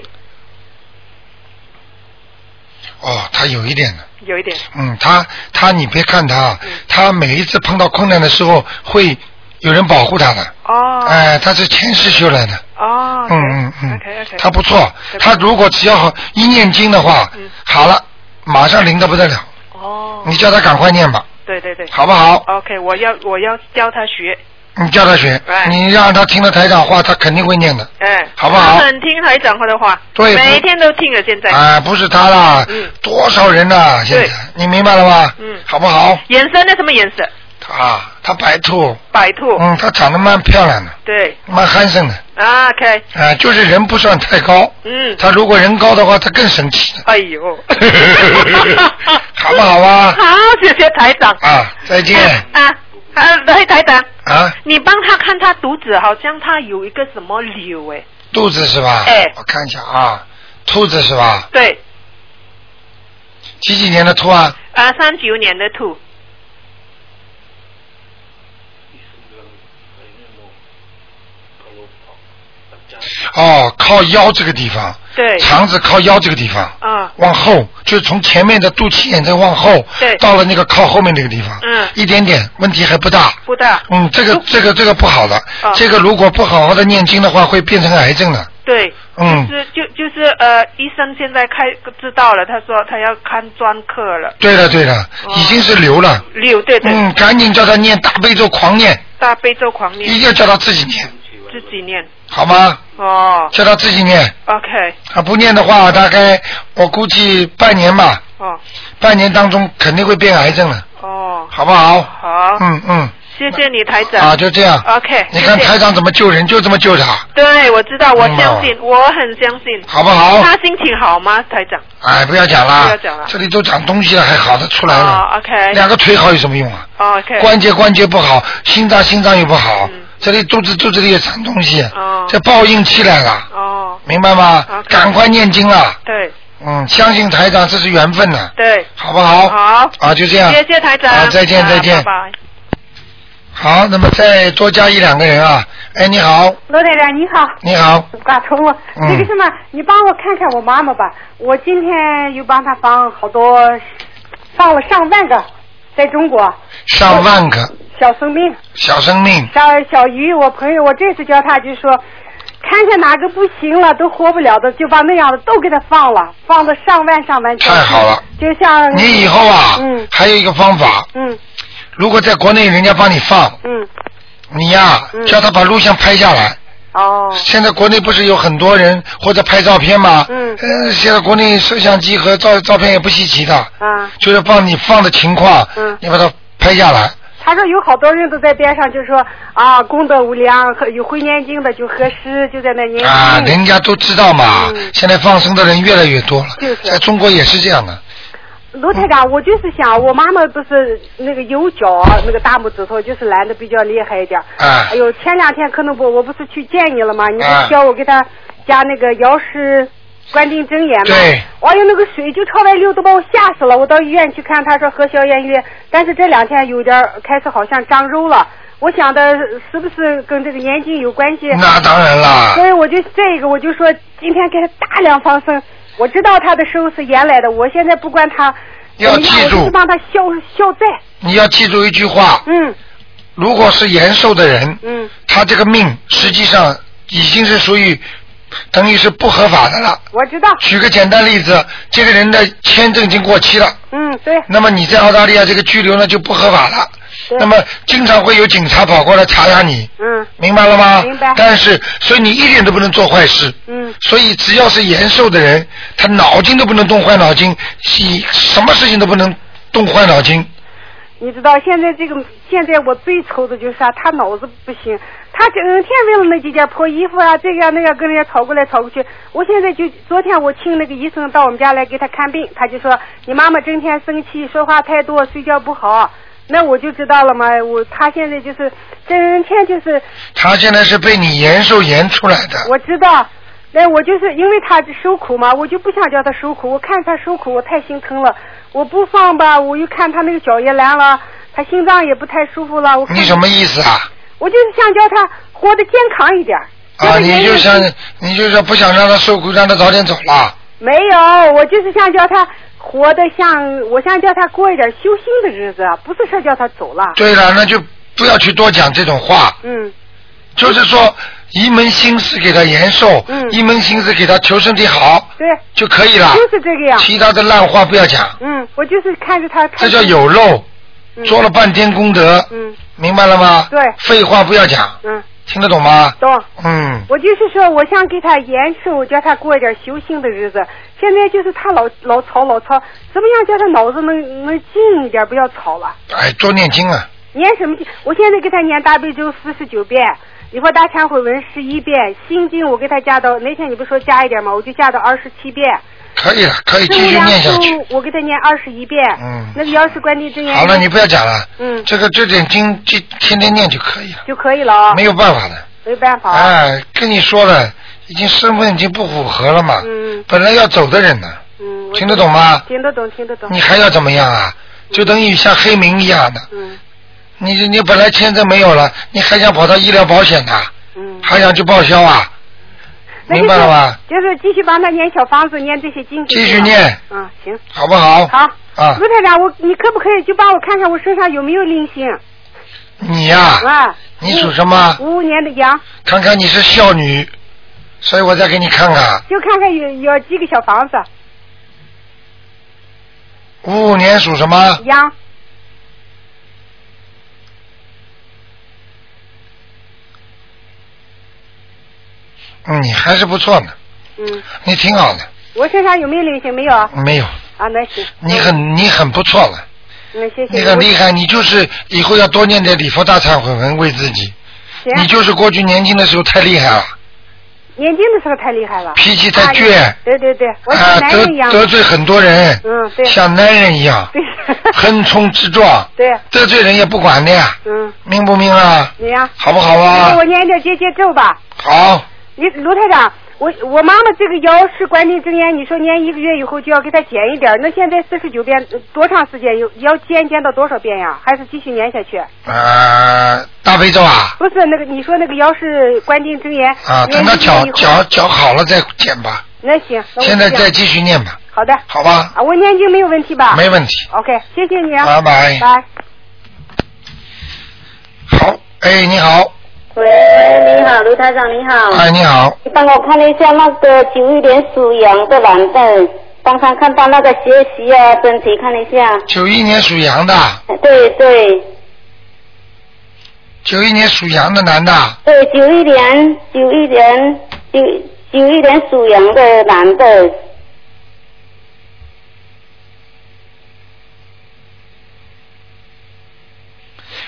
S1: 哦，他有一点的。
S14: 有一点。嗯
S1: 嗯，他他，你别看他，啊他每一次碰到困难的时候，会有人保护他的。
S14: 哦。
S1: 哎，他是前世修来的。
S14: 哦。
S1: 嗯嗯嗯。他不错，他如果只要好一念经的话，
S14: 嗯
S1: 好了，马上灵的不得了。哦。你叫他赶快念吧，
S14: 对对对。
S1: 好不好？
S14: OK，我要我要教他学，
S1: 你叫他学，你让他听了台长话，他肯定会念的。
S14: 哎，
S1: 好不好
S14: 他很听台长的话，
S1: 对
S14: 每天都听了，现在。
S1: 啊，不是他啦，多少人呐？现在你明白了吧？
S14: 嗯，
S1: 好不好？
S14: 眼神呢？什么颜色？
S1: 啊，他白兔。
S14: 白兔。
S1: 嗯，他长得蛮漂亮的，
S14: 对，
S1: 蛮憨生的。
S14: 啊，OK，
S1: 啊，就是人不算太高。
S14: 嗯，
S1: 他如果人高的话，他更神 奇。
S14: 哎呦，
S1: 好不好啊？
S14: 好，谢谢台长
S1: 啊，再见
S14: 啊啊，来台长，
S1: 啊！
S14: 你帮他看他肚子，好像他有一个什么瘤哎，
S1: 肚子是吧？
S14: 哎
S1: 我看一下啊，兔子是吧？
S14: 对，
S1: 几几年的兔啊？
S14: 啊，三九年的兔，
S1: 哦，靠腰这个地方，
S14: 对，
S1: 肠子靠腰这个地方。
S14: 啊，
S1: 往后，就是从前面的肚脐眼再往后，
S14: 对
S1: 到了那个靠后面那个地方，
S14: 嗯，
S1: 一点点，问题还不大。
S14: 不大，
S1: 嗯，这个这个这个不好的，
S14: 啊
S1: 这个如果不好好的念经的话，会变成癌症的。
S14: 对，
S1: 嗯
S14: 就是就就是呃，医生现在开知道了，他说他要看专科了，
S1: 对的对的，已经是瘤了。
S14: 瘤哦对嗯对，
S1: 嗯，赶紧叫他念大悲咒，狂念，
S14: 大悲咒狂念，
S1: 一定要叫他自己念，
S14: 自己念，
S1: 好吗？
S14: 哦，
S1: 叫他自己念，
S14: OK，
S1: 啊，不念的话，大概我估计半年吧，
S14: 哦
S1: 半年当中肯定会变癌症了，
S14: 哦，
S1: 好不好？
S14: 好，
S1: 嗯嗯，
S14: 谢谢你台长，
S1: 啊，就这样。
S14: OK，
S1: 你看
S14: 谢谢
S1: 台长怎么救人，就这么救他。
S14: 对，我知道，我
S1: 嗯
S14: 相信，我很相信。
S1: 好不好
S14: 他心情好吗，台长？
S1: 哎，不要讲啦，
S14: 不要讲了
S1: 这里都长东西了，还好的出来了。
S14: 哦，OK。
S1: 两个腿好有什么用啊？
S14: 哦？OK。
S1: 关节关节不好，心脏心脏也不好，
S14: 嗯
S1: 这里肚子肚子里也长东西，这报应起来了。
S14: 哦。
S1: 明白吗？赶快念经了。
S14: 对
S1: 嗯，相信台长这是缘分呐、
S14: 对。
S1: 好不好
S14: 好。
S1: 啊就这样
S14: 谢谢台长。
S1: 好再见
S14: 啊
S1: 再见
S14: 拜拜。
S1: 好，那么再多加一两个人啊。哎，你好，
S6: 罗台长你好，
S1: 你好，
S6: 打通了。
S1: 嗯
S6: 那个什么，你帮我看看我妈妈吧，我今天又帮她帮好多，帮了上万个，在中国
S1: 上万个
S6: 小生命，
S1: 小生命，
S6: 小小鱼，我朋友，我这次叫他就说，看看哪个不行了，都活不了的，就把那样的都给他放了，放到上万上万条。
S1: 太好了。
S6: 就像
S1: 你以后啊，
S6: 嗯
S1: 还有一个方法，
S6: 嗯
S1: 如果在国内人家帮你放，
S6: 嗯，
S1: 你呀、
S6: 嗯
S1: 叫他把录像拍下来。
S6: 哦。
S1: 现在国内不是有很多人或者拍照片吗？
S6: 嗯
S1: 呃，现在国内摄像机和照照片也不稀奇的，
S6: 啊，
S1: 就是帮你放的情况，
S6: 嗯
S1: 你把它拍下来。
S6: 他说有好多人都在边上，就说啊，功德无量，和有会念经的就合适，就在那念经。
S1: 啊，人家都知道嘛，
S6: 嗯
S1: 现在放生的人越来越多了，
S6: 就是
S1: 在中国也是这样的。
S6: 卢台长，我就是想，我妈妈不是那个右脚啊那个大拇指头就是来的比较厉害一点。
S1: 啊
S6: 哎呦，前两天可能不，我不是去见你了吗？你不
S1: 啊
S6: 是叫我给她加那个药师灌定真眼吗？
S1: 对。
S6: 哎呦，那个水就朝外流，都把我吓死了。我到医院去看，他说喝消炎药，但是这两天有点儿开始好像长肉了。我想的是不是跟这个年纪有关系？
S1: 那当然啦
S6: 所以我就这个，我就说今天给他大量放生。我知道他的时候是原来的，我现在不管他
S1: 要记
S6: 我就
S1: 住
S6: 是，帮他消消债。
S1: 你要记住一句话，
S6: 嗯
S1: 如果是延寿的人，
S6: 嗯，
S1: 他这个命实际上已经是属于等于是不合法的了。
S6: 我知道。
S1: 举个简单例子，这个人的签证已经过期了。
S6: 嗯，对。
S1: 那么你在澳大利亚这个拘留呢就不合法了。那么经常会有警察跑过来查查你，
S6: 嗯，
S1: 明白了吗？
S6: 明白。
S1: 但是，所以你一点都不能做坏事。
S6: 嗯。
S1: 所以只要是延寿的人，他脑筋都不能动坏脑筋，你什么事情都不能动坏脑筋。
S6: 你知道现在这个，现在我最愁的就是啥、他脑子不行，他整天为了那几件破衣服啊，这个呀那个跟人家吵过来吵过去。我现在就昨天我请那个医生到我们家来给他看病，他就说你妈妈整天生气，说话太多，睡觉不好。那我就知道了嘛，我他现在就是整天就是
S1: 他现在是被你延寿延出来的。
S6: 我知道，那我就是因为他受苦嘛，我就不想叫他受苦。我看他受苦，我太心疼了。我不放吧，我又看他那个脚也烂了，他心脏也不太舒服了。我看
S1: 你什么意思啊？
S6: 我就是想叫他活得健康一点。
S1: 啊，你就想，你就是不想让他受苦，让他早点走了。
S6: 没有，我就是想叫他活得像，我想叫他过一点修心的日子，不是说叫他走了。
S1: 对了，那就不要去多讲这种话，
S6: 嗯，
S1: 就是说一门心思给他延寿，一门心思给他求身体好
S6: 嗯对，
S1: 就可以了。
S6: 就是这个样。
S1: 其他的烂话不要讲，
S6: 嗯，我就是看着他。
S1: 这叫有漏，
S6: 嗯
S1: 做了半天功德，
S6: 嗯，
S1: 明白了吗？
S6: 对。
S1: 废话不要讲，
S6: 嗯，
S1: 听得懂吗？
S6: 懂。
S1: 嗯，
S6: 我就是说，我想给他延寿，叫他过一点修行的日子。现在就是他老老吵老吵，怎么样叫他脑子能能静一点，不要吵了。
S1: 哎，多念经啊，
S6: 念什么经？我现在给他念大悲咒四十九遍，礼佛大忏悔文十一遍，心经我给他加到那天你不说加一点吗？我就加到二十七遍。
S1: 可以了，可以继
S6: 圣母
S1: 续
S6: 梁
S1: 念下去。
S6: 祝我给他念二十一遍。
S1: 嗯
S6: 那个药师观地真言。
S1: 好了，你不要讲了，
S6: 嗯，
S1: 这个这点经就天天念就可以了，
S6: 就可以了啊。
S1: 没有办法的。
S6: 没办法。
S1: 哎，跟你说了，已经身份已经不符合了嘛，
S6: 嗯
S1: 本来要走的人呢，
S6: 嗯，我
S1: 听得懂吗
S6: 听得懂，听得懂。
S1: 你还要怎么样啊？就等于像黑名一样的，
S6: 嗯
S1: 你你本来签证没有了，你还想跑到医疗保险呐、
S6: 嗯。
S1: 还想去报销啊？
S6: 那
S1: 明白了吧？
S6: 就是就是继续帮他念小房子，念这些经。
S1: 继续念。
S6: 嗯，行。
S1: 好不好？
S6: 好。
S1: 啊
S6: 卢，台长，我你可不可以就帮我看看我身上有没有灵性？
S1: 你呀、
S6: 啊。
S1: 你属什么啊
S6: 五五年的羊，
S1: 看看你是孝女，所以我再给你看看，
S6: 就看看有有几个小房子。
S1: 五五年属什么？
S6: 羊，
S1: 嗯，你还是不错的，
S6: 嗯，
S1: 你挺好的，
S6: 我身上有没有灵性？没有。啊，
S1: 没有，
S6: 那行。
S1: 你
S6: 嗯
S1: 很你很不错了，
S6: 那谢谢。
S1: 你很
S6: 我
S1: 厉害，你就是以后要多念点礼佛大忏悔文为自己。
S6: 行。
S1: 你就是过去年轻的时候太厉害了，
S6: 年轻的时候太厉害了。
S1: 脾气太
S6: 啊
S1: 倔
S6: 对对对，我
S1: 啊
S6: 像，男
S1: 得
S6: 人一样。
S1: 得罪很多人，
S6: 嗯，对。
S1: 像男人一样
S6: 对，
S1: 横冲直撞，
S6: 对。
S1: 得罪人也不管的呀，
S6: 嗯，
S1: 明不明啊？
S6: 你呀。
S1: 好不好
S6: 你
S1: 啊
S6: 哎给我？念一点结节咒吧。
S1: 好，
S6: 你卢台长，我我妈妈这个腰是关节真言，你说念一个月以后就要给她减一点儿，那现在四十九遍呃多长时间？有要减减到多少遍呀？还是继续念下去？
S1: 呃，大悲咒啊，
S6: 不是那个，你说那个腰是关节真言
S1: 啊，等
S6: 念一
S1: 到
S6: 个
S1: 脚
S6: 月以后
S1: 脚脚好了再减吧，
S6: 那行，那我
S1: 现在
S6: 这样
S1: 再继续念吧，
S6: 好的，
S1: 好吧？
S6: 啊，我念经没有问题吧？
S1: 没问题。
S6: OK，谢谢你啊，
S1: 拜拜
S6: 拜。
S1: 好，哎，你好，
S15: 喂喂，你好，卢台长，你
S6: 啊
S15: 好。
S1: 哎，你好，
S15: 你帮我看一下那个九一年属羊的男的，帮他看到那个学习啊，身体看一下。
S1: 九一年属羊的，
S15: 对对
S1: 九一年属羊的男的，
S15: 对，九一年，九一年，九九一年属羊的男的，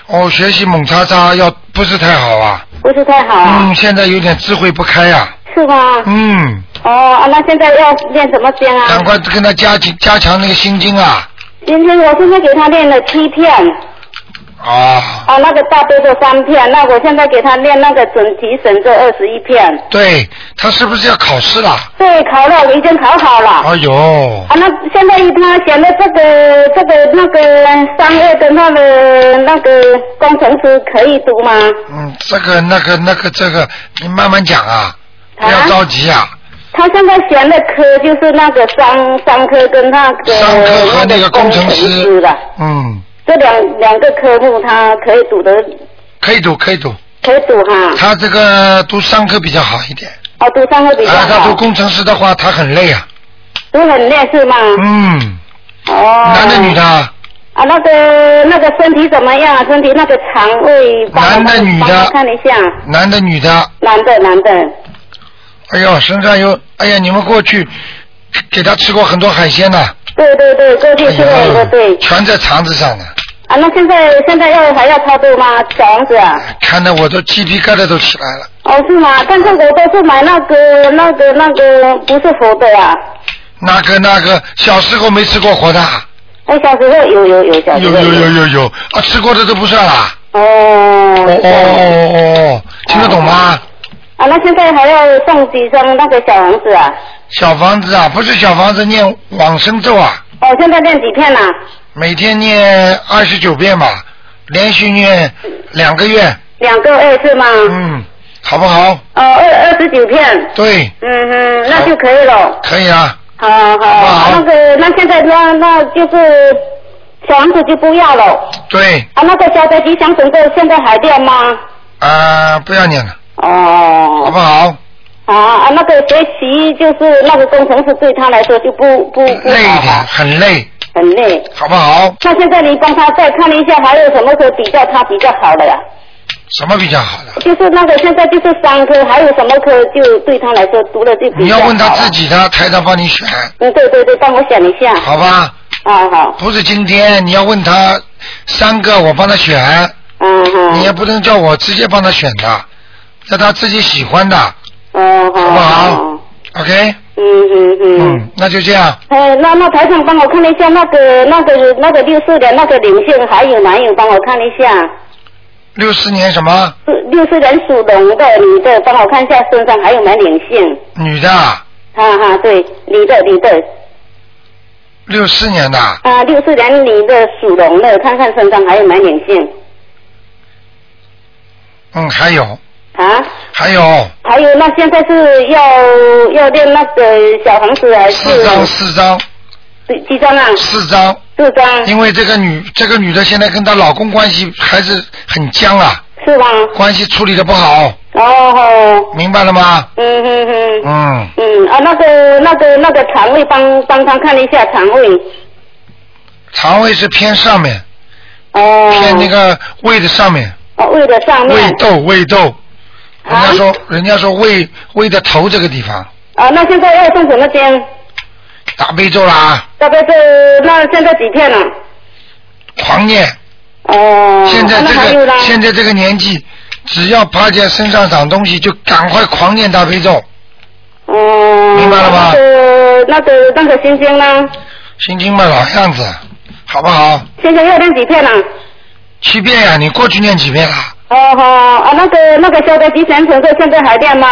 S1: 哦，学习猛叉叉要不是太好啊，
S15: 不是太好啊，
S1: 嗯，现在有点智慧不开啊，
S15: 是吗？
S1: 嗯，
S15: 哦，啊那现在要念什么经啊
S1: 赶？快跟他加紧加强那个心经啊，
S15: 今天我现在给他念了七片，
S1: 啊，
S15: 啊，那个大悲咒三片，那我现在给他念那个准提神咒二十一片。
S1: 对他是不是要考试了？
S15: 对，考了，我已经考好了。啊，
S1: 哎呦，
S15: 那现在他选的这个这个那个商业的那个那个工程师可以读吗？
S1: 嗯，这个那个那个这个，你慢慢讲啊，不要着急啊，
S15: 他现在选的科就是那个商商科跟那个
S1: 商科和那个工程师
S15: 师的，
S1: 嗯，
S15: 这两两个科目他可以读得
S1: 可以读，可以读。
S15: 可以读哈。
S1: 他这个读商科比较好一点。
S15: 哦，读商科比较
S1: 啊，他
S15: 好
S1: 读工程师的话，他很累啊。
S15: 读很累是吗？
S1: 嗯。
S15: 哦。
S1: 男的女的啊？
S15: 啊，那个那个身体怎么样啊？身体那个肠胃，帮我
S1: 男的女
S15: 帮我
S1: 的？
S15: 看一下，
S1: 男的女的？
S15: 男的男的，
S1: 哎呦，身上有，哎呀，你们过去给他吃过很多海鲜呐、哎
S15: 对对对，过去吃了一个对。
S1: 全在肠子上呢，
S15: 啊，那现在现在要还要超度吗？小王子啊？
S1: 看得我都鸡皮疙瘩都起来了。
S15: 哦，是吗？但是我都是买那个那个那个不是活的啊。
S1: 那个那个，小时候没吃过活的啊，
S15: 哎，小时候有有有小时
S1: 有
S15: 候
S1: 有有有有啊，吃过的都不算啦。
S15: 哦哦
S1: 哦哦哦，听得懂吗？
S15: 啊，那现在还要送几张那个小王子啊？
S1: 小房子啊，不是小房子，念往生咒啊，
S15: 哦，现在练几片啦、
S1: 每天念二十九遍吧，连续念两个月，
S15: 两个二是吗？
S1: 嗯，好不好？
S15: 哦，二二十九片。
S1: 对，
S15: 嗯哼，那就可以了。
S1: 可以啊，
S15: 好好啊那个那现在那那就是小王子就不要了。
S1: 对，
S15: 啊，那个消灾吉祥神咒现在还掉吗？
S1: 啊、不要念了，
S15: 哦。
S1: 好不好？
S15: 啊啊，那个学习就是那个工程师对他来说就不不不
S1: 累一
S15: 好
S1: 点，很累，
S15: 很累。
S1: 好不好？
S15: 那现在你帮他再看一下，还有什么时候比较他比较好的呀？
S1: 什么比较好的？
S15: 就是那个现在就是三科，还有什么科就对他来说读了就比
S1: 你
S15: 较
S1: 要
S15: 好
S1: 问他
S15: 了
S1: 自己的，台长帮你选，
S15: 嗯，对对对，帮我想一下。
S1: 好吧？
S15: 啊好。
S1: 不是今天，你要问他三个，我帮他选。
S15: 嗯
S1: 你也不能叫我直接帮他选的，叫他自己喜欢的。
S15: 嗯好。
S1: 好不好？OK。
S15: 嗯嗯嗯。
S1: 嗯，那就这样。
S15: 哎，那那台长帮我看一下那个那个那个六四的那个灵性还有男友帮我看一下，
S1: 六四年什么
S15: 是六四人属龙的女的帮我看一下身上还有没有灵性，
S1: 女的啊？
S15: 哈哈，对，女的女的
S1: 六四年的啊
S15: 啊，六四人女的属龙的，看看身上还有没有灵性
S1: 嗯，还有
S15: 啊？
S1: 还有
S15: 还有那现在是要要练那个小房子还是？
S1: 四张四张。
S15: 对，几张啊？
S1: 四张。
S15: 四张。
S1: 因为这个女这个女的现在跟她老公关系还是很僵啊。
S15: 是吧？
S1: 关系处理的不好。
S15: 哦。
S1: 明白了吗？
S15: 嗯嗯嗯
S1: 嗯，
S15: 嗯啊，那个那个那个肠胃帮帮他看一下肠胃
S1: 肠胃是偏上面，
S15: 哦。
S1: 偏那个胃的上面，
S15: 哦胃的上面
S1: 胃窦胃窦。人家说，人家说胃胃的头这个地方，
S15: 啊，那现在要送什么经？
S1: 大悲咒啦啊，
S15: 大概这那现在几片了？
S1: 狂念。
S15: 哦。
S1: 现在
S15: 那
S1: 这
S15: 还有呢
S1: 个现在这个年纪，只要发现身上长东西，就赶快狂念大悲咒。
S15: 哦。明白了吗？那个呃那个那个心经呢？
S1: 心经嘛，老样子，好不好？
S15: 心经要念几片了？
S1: 七遍呀、你过去念几遍啦？
S15: 哦好啊，那个那个消灾吉祥神咒现在还念吗？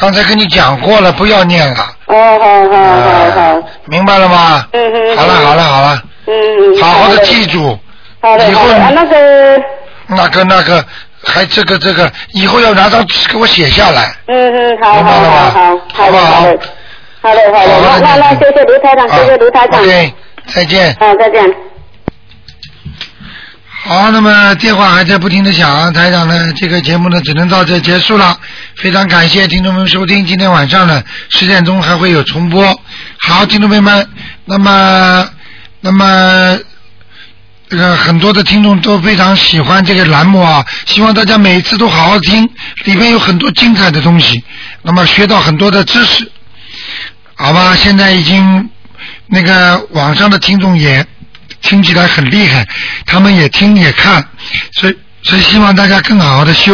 S1: 刚才跟你讲过了，不要念了。
S15: 哦好好好好。
S1: 明白了吗？
S15: 嗯嗯。
S1: 好了好了好了，
S15: 嗯嗯。
S1: 好好的记。住。
S15: 好的
S1: 以
S15: 好
S1: 后
S15: 的啊，那个
S1: 那个那个，还这个这个，以后要拿张纸给我写下来。
S15: 嗯嗯，好好好好，好的好的，好的好的，那那那谢谢卢台长，谢谢卢台长，
S1: 啊 OK，再见。
S15: 好再见。
S1: 好，那么电话还在不停的响，台长呢，这个节目呢只能到这结束了。非常感谢听众朋友们收听，今天晚上呢十点钟还会有重播。好，听众朋友们，那么那么这个很多的听众都非常喜欢这个栏目啊，希望大家每一次都好好听，里面有很多精彩的东西，那么学到很多的知识，好吧？现在已经那个网上的听众也听起来很厉害，他们也听也看，所以所以希望大家更好好的修。